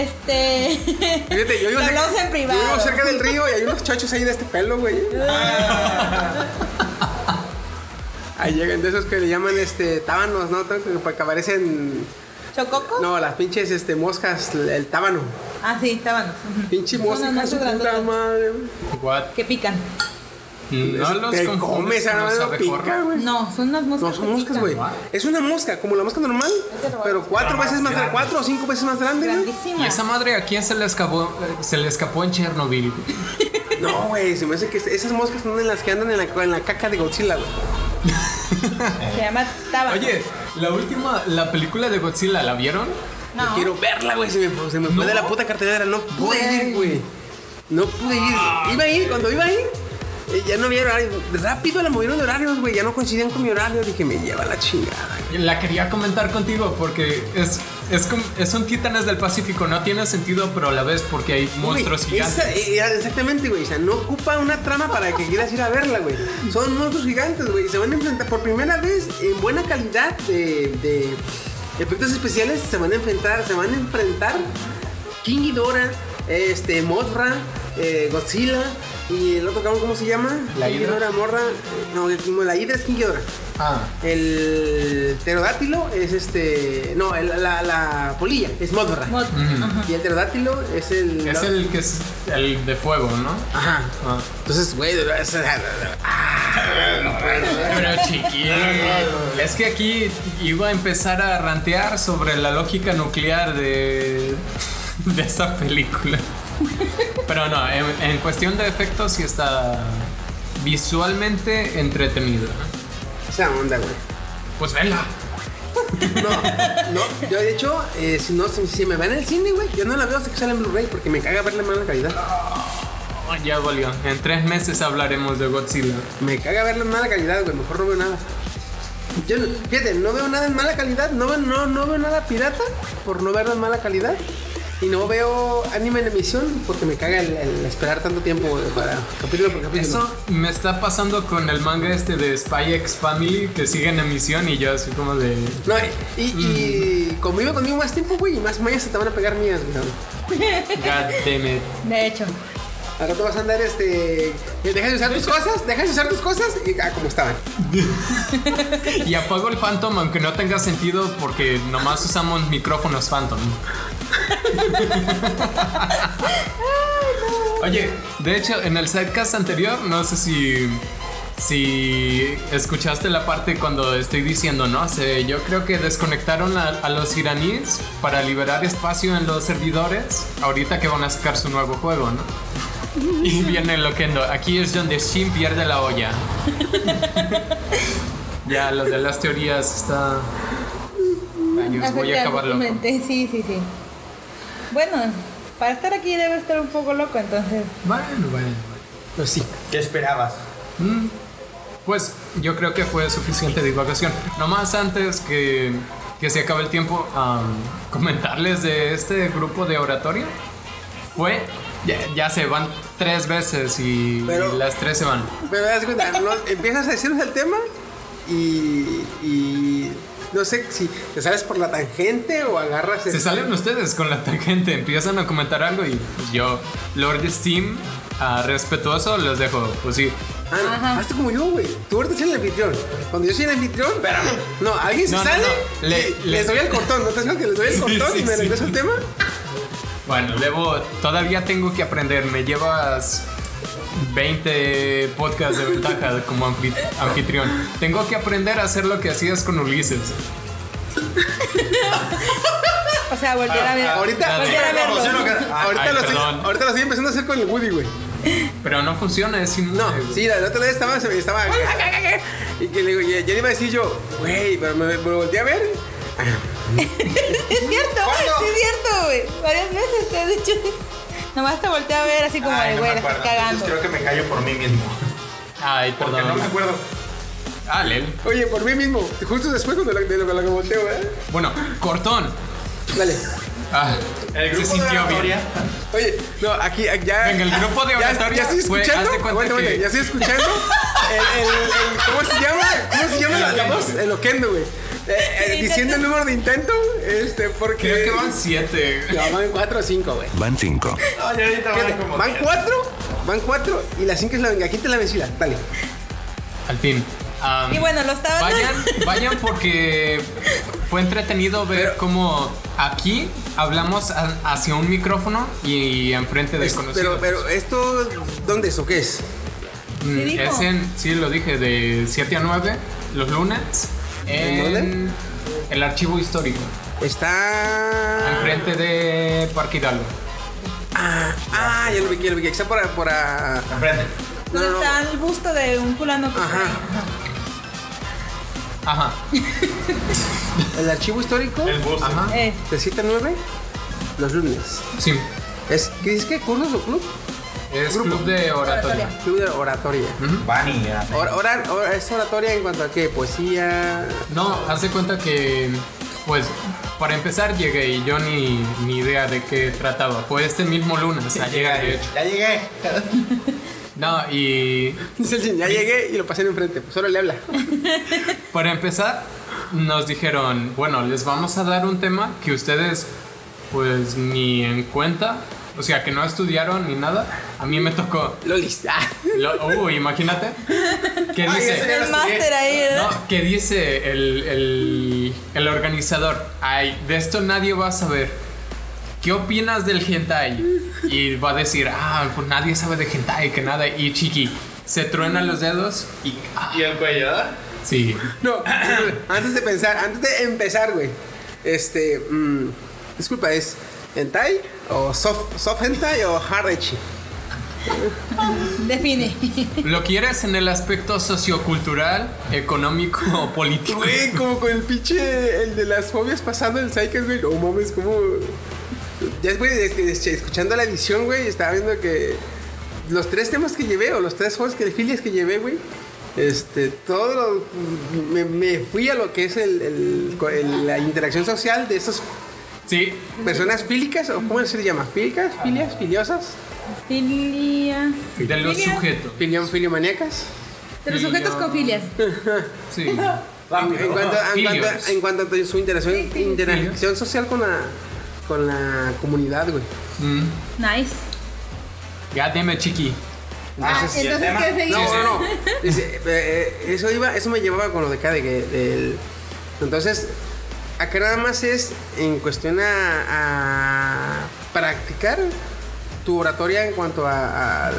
Este. [LAUGHS] Fíjate, yo vivo, Lo cerca, hablamos en privado. yo vivo cerca del río y hay unos chochos ahí de este pelo, güey. Ahí llegan de esos que le llaman este tábanos, ¿no? Tan- Que que parecen. [LAUGHS] ¿Chococo? No, las pinches este, moscas, el tábano. Ah, sí, estaban. Pinche Son mosca, las su más puta grandotas. madre. What? Que pican. No los Te confundes comes, con ahora los no pica, abejorros. güey. No, son unas moscas. No son que moscas, pican. güey. Es una mosca, como la mosca normal, te lo voy a pero cuatro veces más, grande, cuatro o cinco veces más grande, güey. ¿Y Grandísimas. esa madre a quién se le escapó, eh, se le escapó en Chernobyl? güey? No, güey, se me hace que esas moscas son de las que andan en la, en la caca de Godzilla, güey. Se llama Tábano. Oye, la última, la película de Godzilla, ¿la vieron? no. Quiero verla, güey. Se me, se me fue No. de la puta cartelera. No pude ir, güey. No pude ir. Ah. Iba a ir, cuando iba a ir, eh, ya no había horario. Rápido la movieron de horarios, güey. Ya no coincidían con mi horario. Dije, me lleva la chingada. La quería comentar contigo porque es, es, como- es un Titanes del Pacífico, no tiene sentido, pero a la vez porque hay monstruos Güey, gigantes. esa- eh, era exactamente, güey. O sea, no ocupa una trama para que quieras ir a verla, güey. Son monstruos gigantes, güey. Se van a enfrentar por primera vez en buena calidad de, de efectos especiales. Se van a enfrentar, se van a enfrentar King Ghidorah, este, Mothra, eh, Godzilla y el otro cabrón, ¿cómo se llama? La King Hidra. Ghidorah, Morra. eh, No, como la Hidra es King Ghidorah. Ah, El pterodátilo es este. No, el- la, la polilla es Mothra. Mot- Ajá. y el pterodátilo es el. es el que es el de fuego, ¿no? Ajá. Ah. Entonces, güey, es- ah, Pero chiquillo, es que aquí iba a empezar a rantear sobre la lógica nuclear de, de esa película. Pero no, en, en cuestión de efectos sí está visualmente entretenida. esa onda, güey. Pues venla. No, no, yo de hecho, eh, si no, si, si me ven en el cine, güey, yo no la veo hasta que sale en Blu-ray porque me caga verla en mala calidad. Oh, ya volvió. En tres meses hablaremos de Godzilla. Me caga verla en mala calidad, güey, mejor no veo nada. Yo, no- fíjate, no veo nada en mala calidad, no, veo- no, no veo nada pirata por no verlo en mala calidad. Y no veo anime en emisión porque me caga el, el esperar tanto tiempo güey, para capítulo por capítulo. Eso me está pasando con el manga este de Spy X Family que sigue en emisión y yo así como de... No, y, y, y convive conmigo más tiempo, güey, y más mayas se te van a pegar mías, güey. God damn it. De hecho. Al rato vas a andar, este. Dejas de usar tus cosas, dejas de usar tus cosas y ah, como estaban. Y apago el Phantom aunque no tenga sentido porque nomás usamos micrófonos Phantom. Oye, de hecho, en el setcast anterior, no sé si. Si escuchaste la parte cuando estoy diciendo, no sé, yo creo que desconectaron a, a los iraníes para liberar espacio en los servidores, ahorita que van a sacar su nuevo juego, ¿no? Y viene Loquendo, aquí es donde Shin pierde la olla. [LAUGHS] Ya, lo de las teorías está. Rayos, voy a acabar loco. Efectivamente, Sí, sí, sí. Bueno, para estar aquí debe estar un poco loco, entonces. Bueno, bueno. Pues sí. ¿Qué esperabas? Pues yo creo que fue suficiente divagación. Nomás antes que, que se acabe el tiempo, am, comentarles de este grupo de oratoria. Fue. Ya, ya se van tres veces y, y Pero- las tres se van. Pero das cuenta, no- empiezas a decirnos el tema y, y no sé si te sales por la tangente o agarras el- Se salen ustedes con la tangente, empiezan a comentar algo y pues, yo, Lord Steam, ah, respetuoso, los dejo. Pues sí, Ah, no, Ajá. hazte como yo, güey. Tú ahorita eres el anfitrión. Cuando yo soy el anfitrión, espérame. No, alguien se No, no, sale. no. Le- y le- Les doy el cortón, ¿no te digo que les doy el Sí, cortón sí, y me sí. regreso al tema? Bueno, debo, todavía tengo que aprender. Me llevas 20 podcasts de ventaja como anfit- anfitrión. Tengo que aprender a hacer lo que hacías con Ulises. O sea, volver a ver. Ah, ahorita- volver a verlo. Promoción o qué? Ah, ahorita, ay, lo estoy, perdón. ahorita lo estoy empezando a hacer con el Woody, güey. Pero no funciona, es inmune. No, güey. sí, la, la otra vez estaba. se me- estaba y que le digo, ya, ya le iba a decir yo, güey, pero me, me volteé a ver. Es cierto, ¿Cuándo? sí es cierto, güey. Varias veces te he dicho. Nomás te volteé a ver así como Ay, de, no güey, me la estás acuerdo. Entonces creo cagando. que me callo por mí mismo. Ay, Porque no me perdón. acuerdo. Ah, Lel. Oye, por mí mismo. Justo después cuando la- de lo, lo que volteo, ¿verdad? Bueno, cortón. Dale. Ah, El grupo se sintió de bien. oratoria- Oye, no, aquí, aquí ya. Venga, el grupo de ya- oratoria Ya, estoy fue- escuchando. haz de cuenta aguanta, aguanta, que- ya estoy escuchando. El, el, el- ¿Cómo se llama? ¿Cómo se llama la, la voz? El Oquendo, güey. Eh, eh, El diciendo el intento. número de intento, este, porque. Creo que van siete. No, van cuatro o cinco, güey. Van 5. Ay, ahorita van Fíjate, como Van diez. cuatro, van cuatro y la cinco es la venga. Aquí te la vencida. Dale. Al fin. Am, Y bueno, lo estaba. Vayan, [LAUGHS] vayan porque fue entretenido ver cómo aquí hablamos a- hacia un micrófono y enfrente de Es- pero, conocidos. pero, ¿esto dónde es o qué es? Mm, Sí dijo. es en- sí, lo dije, de 7 a 9 los lunes ¿En dónde? en el archivo histórico, Está. enfrente de Parque Hidalgo. Ah, ah, ya lo vi, ya lo vi. Está por. a- por ah, a... Enfrente. No, no, ¿Dónde no. está el busto de un fulano que Ajá. Ajá. El archivo histórico. El bus. Ajá. Eh, De 7 a 9, los lunes. Sí. ¿Es, ¿Qué dices que? ¿Cursos o club? Es club de oratoria. Club de oratoria. Van y ya. Or- orar- or- ¿Es oratoria en cuanto a qué? ¿Poesía? [LAUGHS] No, hace cuenta que, pues, para empezar llegué y yo ni, ni idea de qué trataba. Fue este mismo lunes, ayer de hecho. Ya llegué. No, y Dice el señor, ya llegué y lo pasé en enfrente. Pues ahora le habla. Para empezar, nos dijeron, bueno, les vamos a dar un tema que ustedes pues ni en cuenta, o sea, que no estudiaron ni nada. A mí me tocó, Lolis. Ah. lo, uh, imagínate, que Ay, dice, ese- el máster ahí, ¿verdad? no, que dice el, el- el organizador, ay, de esto nadie va a saber. ¿Qué opinas del hentai? Y va a decir, ah, pues nadie sabe de hentai, que nada. Y chiqui, se truena los dedos y, ah, ¿Y el cuello? sí. No, [CLEARS THROAT] antes de pensar, antes de empezar, güey. Este, mm, disculpa, ¿es hentai o soft, soft hentai o hard echi? define. [LAUGHS] ¿Lo quieres en el aspecto sociocultural, económico o político? Güey, como con el pinche, el de las fobias pasando el Psyche, güey. No mames, como. Ya, güey, es que, es- escuchando la edición, güey, estaba viendo que los tres temas que llevé, o los tres juegos que filias que llevé, güey, este, todo lo- me, me fui a lo que es el, el- co- el- la interacción social de esas Sí, personas fílicas, o cómo se le llama, fílicas, filias, filiosas, Filias. de los Filias. sujetos. filión, filiomaníacas. De los sujetos con filias. Sí. En, en cuanto, en, Filios. cuanto, en cuanto a su interacción, interacción social con la, con la comunidad, güey. Mm. Nice. God damn it, chiqui. Ah, Entonces, entonces, tema- ¿qué no, seguimos? no, no. Dice, eh, eh, eso, iba, eso me llevaba con lo de acá, de que. del- entonces, acá nada más es en cuestión a, a practicar tu oratoria en cuanto a. a-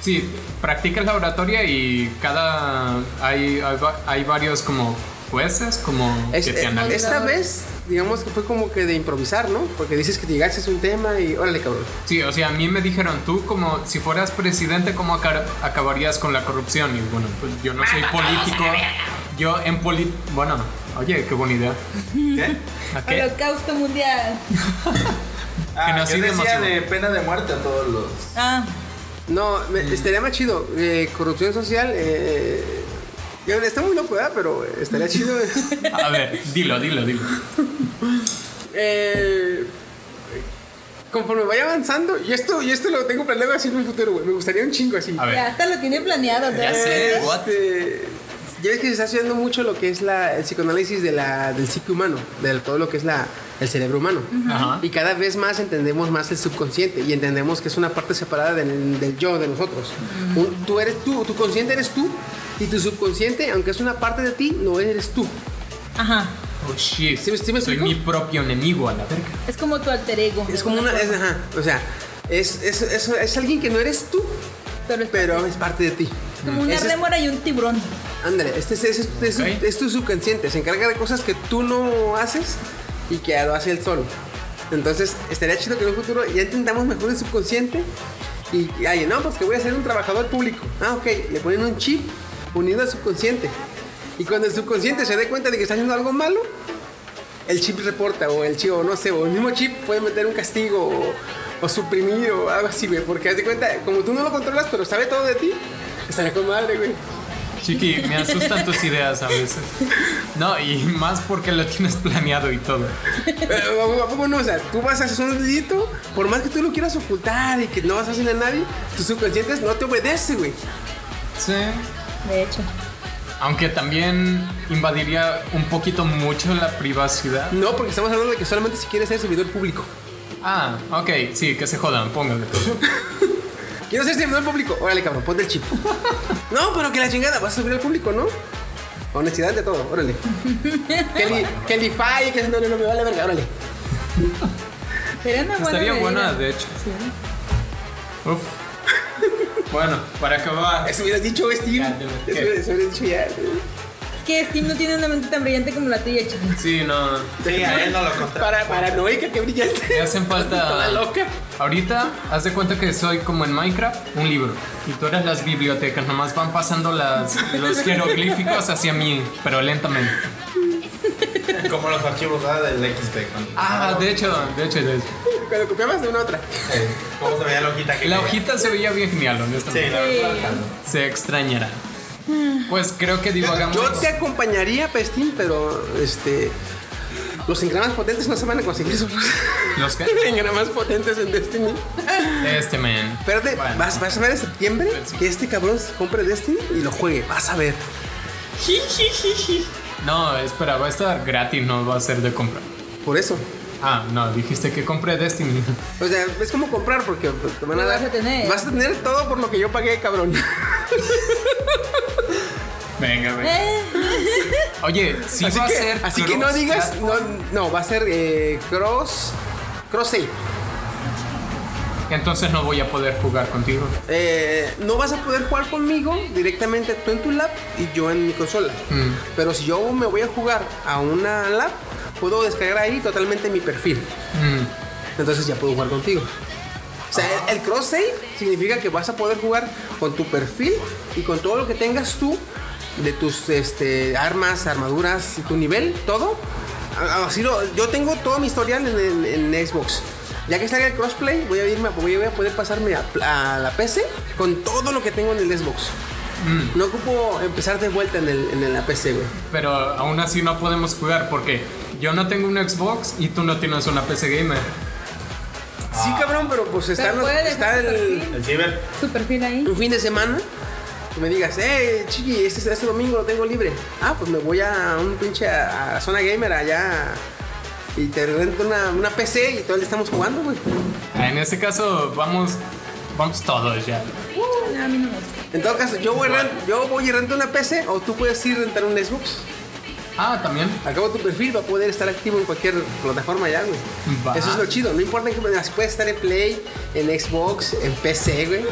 Sí, practicas la oratoria y cada. Hay, hay, va- hay varios como jueces, como Es- que eh, te analizan. esta vez, digamos que fue como que de improvisar, ¿no? Porque dices que te llegaste a un tema y. Órale, cabrón. Sí, o sea, a mí me dijeron, tú como si fueras presidente, ¿cómo acar- acabarías con la corrupción? Y bueno, pues yo no soy político. Yo en poli... Bueno, oye, qué buena idea. ¿Qué? ¿A qué? Holocausto mundial. Ah, no yo ha sido decía masivo. de pena de muerte a todos los. Ah, No, Mm. me- estaría más chido. eh, corrupción social. eh, eh, está muy loco, ¿verdad? Pero eh, estaría chido. [LAUGHS] A ver, dilo, dilo, dilo. Eh, conforme vaya avanzando, y esto, y esto lo tengo planeado así en un futuro, güey. Me gustaría un chingo así. A ya ver. hasta lo tiene planeado. ¿no? Ya sé, what? Este, ya ves que se está haciendo mucho lo que es la, el psicoanálisis de la, del psique humano, de todo lo que es la, el cerebro humano. Ajá. Y cada vez más entendemos más el subconsciente y entendemos que es una parte separada del, del yo, de nosotros. Un- tú eres tú, tu consciente eres tú y tu subconsciente, aunque es una parte de ti, no eres tú. Ajá. Oh, shit. ¿Sí me- sí me Soy explico? mi propio enemigo a la verga. Es como tu alter ego. Es como una... es- ajá, o sea, es, es, es, es alguien que no eres tú, Pero es pero es parte de ti. como una Ese es- rémora y un tiburón. Ándale, este es, es- es- este Ok. es tu subconsciente, se encarga de cosas que tú no haces y que lo hace él solo. Entonces, estaría chido que en un futuro ya entendamos mejor el subconsciente y, y ay, no, pues que voy a ser un trabajador público. Ah, ok, le ponen un chip unido al subconsciente. Y cuando el subconsciente se dé cuenta de que está haciendo algo malo, el chip reporta o el chip, o no sé, o el mismo chip puede meter un castigo o, o suprimir o algo así, güey. Porque haz de cuenta, como tú no lo controlas, pero sabe todo de ti, estaría con madre, güey. Chiqui, me asustan tus ideas a veces. No, y más porque lo tienes planeado y todo. Pero, ¿A poco no? O sea, tú vas a hacer un delito, por más que tú lo quieras ocultar y que no vas a hacerle a nadie, tu subconsciente no te obedece, güey. Sí. De hecho. Aunque también invadiría un poquito mucho la privacidad. No, porque estamos hablando de que solamente si quieres ser servidor público. Ah, ok, sí, que se jodan, pónganle. ¿Quieres ser servidor público? Órale, cabrón, ponte el chip. no, pero que la chingada, vas a subir al público, ¿no? Honestidad de todo, órale. que li- que Lify, que no, no, no me vale verga, órale. Sería una buena Estaría buena, medida. de hecho. Sí. Uf. Bueno, para acabar. Eso hubieras dicho, güey, Steve. Ya, te- Eso hubieras- eso hubieras dicho ya. Es que Steve no tiene una mente tan brillante como la tuya, chicos. Sí, [LAUGHS] no. Sí, a él no lo [LAUGHS] contrata. Para, paranoica, que brillante. Me hacen Toda falta. loca. Ahorita, haz de cuenta que soy como en Minecraft, un libro. Y tú eres las bibliotecas, nomás van pasando las, [LAUGHS] los jeroglíficos hacia mí, pero lentamente. Como los archivos ah, del XP. cuando- Ah, de hecho, de hecho, de hecho. Cuando copiabas de una a otra. Sí. ¿Cómo se veía la hojita que La quería? hojita se veía bien genial, Sí, honestamente. la Sí. verdad. claro. Se extrañará. Pues creo que divagamos. Ah. Yo te acompañaría, Pestín, pero este. Los engramas potentes no se van a conseguir solos. ¿Los [LAUGHS] qué? engramas potentes en Destiny. Este man. Espérate, Bueno. vas, vas a ver en septiembre Sí. que este cabrón se compre Destiny y lo juegue. Vas a ver. No, espera, va a estar gratis, no va a ser de compra. Por eso. Ah, no, dijiste que compré Destiny. O sea, es como comprar porque pues, te van a Lo dar. vas a tener. Vas a tener todo por lo que yo pagué, cabrón. Venga, venga. Eh, Oye, si así va que, a ser. así que no cross- digas. No, no, va a ser eh, cross. Cross save. Entonces no voy a poder jugar contigo. Eh, no vas a poder jugar conmigo directamente tú en tu lab y yo en mi consola. Pero si yo me voy a jugar a una lab, puedo descargar ahí totalmente mi perfil. Mm, Entonces ya puedo jugar contigo. O sea, el, el cross save significa que vas a poder jugar con tu perfil y con todo lo que tengas tú de tus este, armas, armaduras, y tu nivel, todo. A- a- Así lo, yo tengo todo mi historial en, en- en Xbox. Ya que salga el crossplay, voy a irme, a- voy a poder pasarme a, pl- a la PC con todo lo que tengo en el Xbox. No ocupo empezar de vuelta en, el, en la PC, güey. Pero aún así no podemos jugar porque yo no tengo un Xbox y tú no tienes una PC Gamer. Sí, cabrón, pero pues está, pero puede está dejar su el, perfil, El ciber. su perfil ahí. un fin de semana que me digas, hey, chiqui, este, este domingo lo tengo libre. Ah, pues me voy a un pinche a, la zona gamer allá y te rento una, una PC y todo el día estamos jugando, güey. Ah, En ese caso, vamos Vamos todos ya. No, a mí no me gusta. En todo caso, yo voy, a ren- yo voy y rento una PC o tú puedes ir a rentar un Xbox. Ah, también. Acabo tu perfil, va a poder estar activo en cualquier plataforma ya, güey. Va. Eso es lo chido. No importa en qué manera, puedes estar en Play, en Xbox, en PC, güey.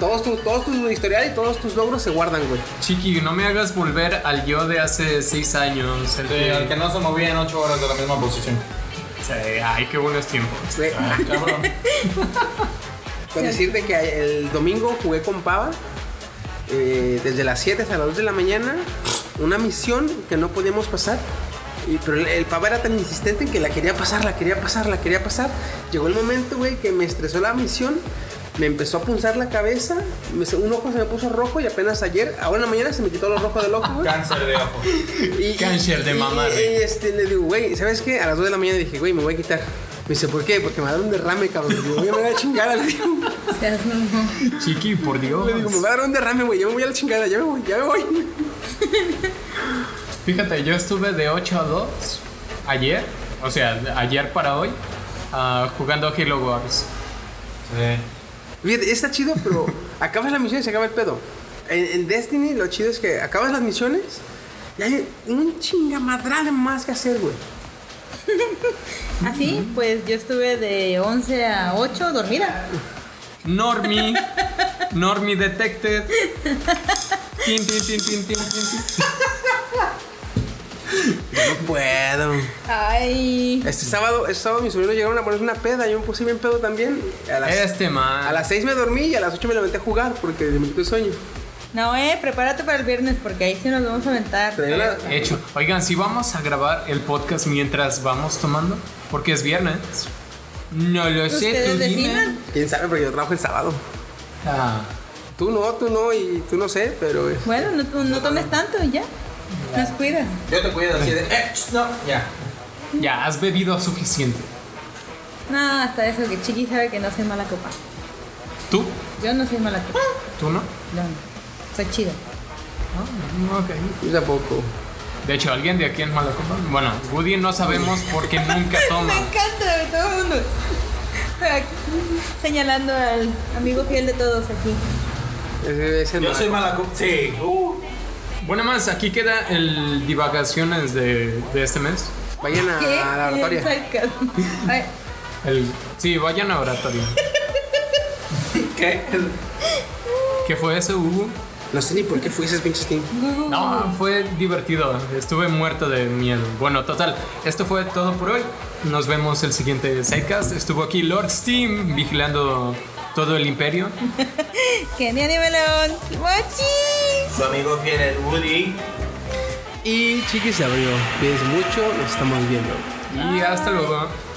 Todos tus, todos tus historial y todos tus logros se guardan, güey. Chiqui, no me hagas volver al yo de hace seis años. el Sí, al que que- no se movía en 8 horas de la misma posición. Sí, ay, qué buenos tiempos. Güey, Ah, [LAUGHS] cabrón. Con decirte que el domingo jugué con Pava eh, desde las 7 hasta las 2 de la mañana una misión que no podíamos pasar. Y, pero el, el Pava era tan insistente en que la quería pasar, la quería pasar, la quería pasar. Llegó el momento, güey, que me estresó la misión. Me empezó a punzar la cabeza, me se- un ojo se me puso rojo y apenas ayer, ahora en la mañana se me quitó lo rojo del ojo, güey. Cáncer de ojo. Y- Cáncer de y- mamá, y- güey. y, este, le digo, güey, ¿sabes qué? A las 2 de la mañana dije, güey, me voy a quitar. Me dice, ¿por qué? Porque me va a dar un derrame, cabrón. Le digo, güey, me voy a chingar, le digo. O sea, no. Chiqui, por Dios. Le digo, me va a dar un derrame, güey. Ya me voy a la chingada, ya me voy, ya me voy. [LAUGHS] Fíjate, yo estuve de 8 a 2 ayer, o sea, de ayer para hoy, ah, jugando Halo Wars. Sí. Fíjate, está chido, pero [LAUGHS] acabas la misión y se acaba el pedo. En, en Destiny lo chido es que acabas las misiones y hay un chingamadral más que hacer, güey. Así, pues yo estuve de 11 a 8 dormida. Normie, Normie Detected. Tin, tin, tin, tin, tin, tin, tin. Yo no puedo. Ay. Este sábado, este sábado mis sobrinos llegaron a ponerse una peda, yo me puse bien pedo también. A las, Este man. a las 6 me dormí y a las 8 me levanté a jugar porque me quitó el sueño. No, eh, prepárate para el viernes porque ahí sí nos vamos a aventar. Traía una- Hecho. Oigan, si vamos a grabar el podcast mientras vamos tomando, porque es viernes. No lo sé, Ustedes pues, tú dime. decidan. ¿Quién sabe? Porque yo trabajo el sábado. Ah, Tú no, tú no y tú no sé, pero... eh, Bueno, no, tú- no tomes tanto y ya. Nos cuidas. Yo te cuido así de. Eh, ch, no, ya. ya, has bebido suficiente. No, hasta eso que Chiqui sabe que no soy mala copa. ¿Tú? Yo no soy mala copa. ¿Tú no? No, no. Soy chido. Ah, ok. Yo tampoco. De hecho, ¿alguien de aquí en Malacopa? Bueno, Woody no sabemos porque nunca toma. [LAUGHS] Me encanta de todo el mundo. Señalando al amigo fiel de todos aquí. Ese- ese Yo no. soy mala co- Sí. Uh. Bueno, más, aquí queda el divagaciones de, de este mes. Vayan a ¿Qué? a Ah, la oratoria. Sarcasmo. Ay, El, sí, vayan a oratorio. ¿Qué? ¿Qué fue eso, Hugo? No sé ni por qué fuiste, pinches King. No, fue divertido. Estuve muerto de miedo. Bueno, total, esto fue todo por hoy. Nos vemos el siguiente sidecast. Estuvo aquí Lord Steam vigilando todo el imperio. Que ni anime león. ¡Mochi! Su amigo fiel, el Woody. Y chiquis se abrió. Cuídense mucho, nos estamos viendo. Y hasta luego.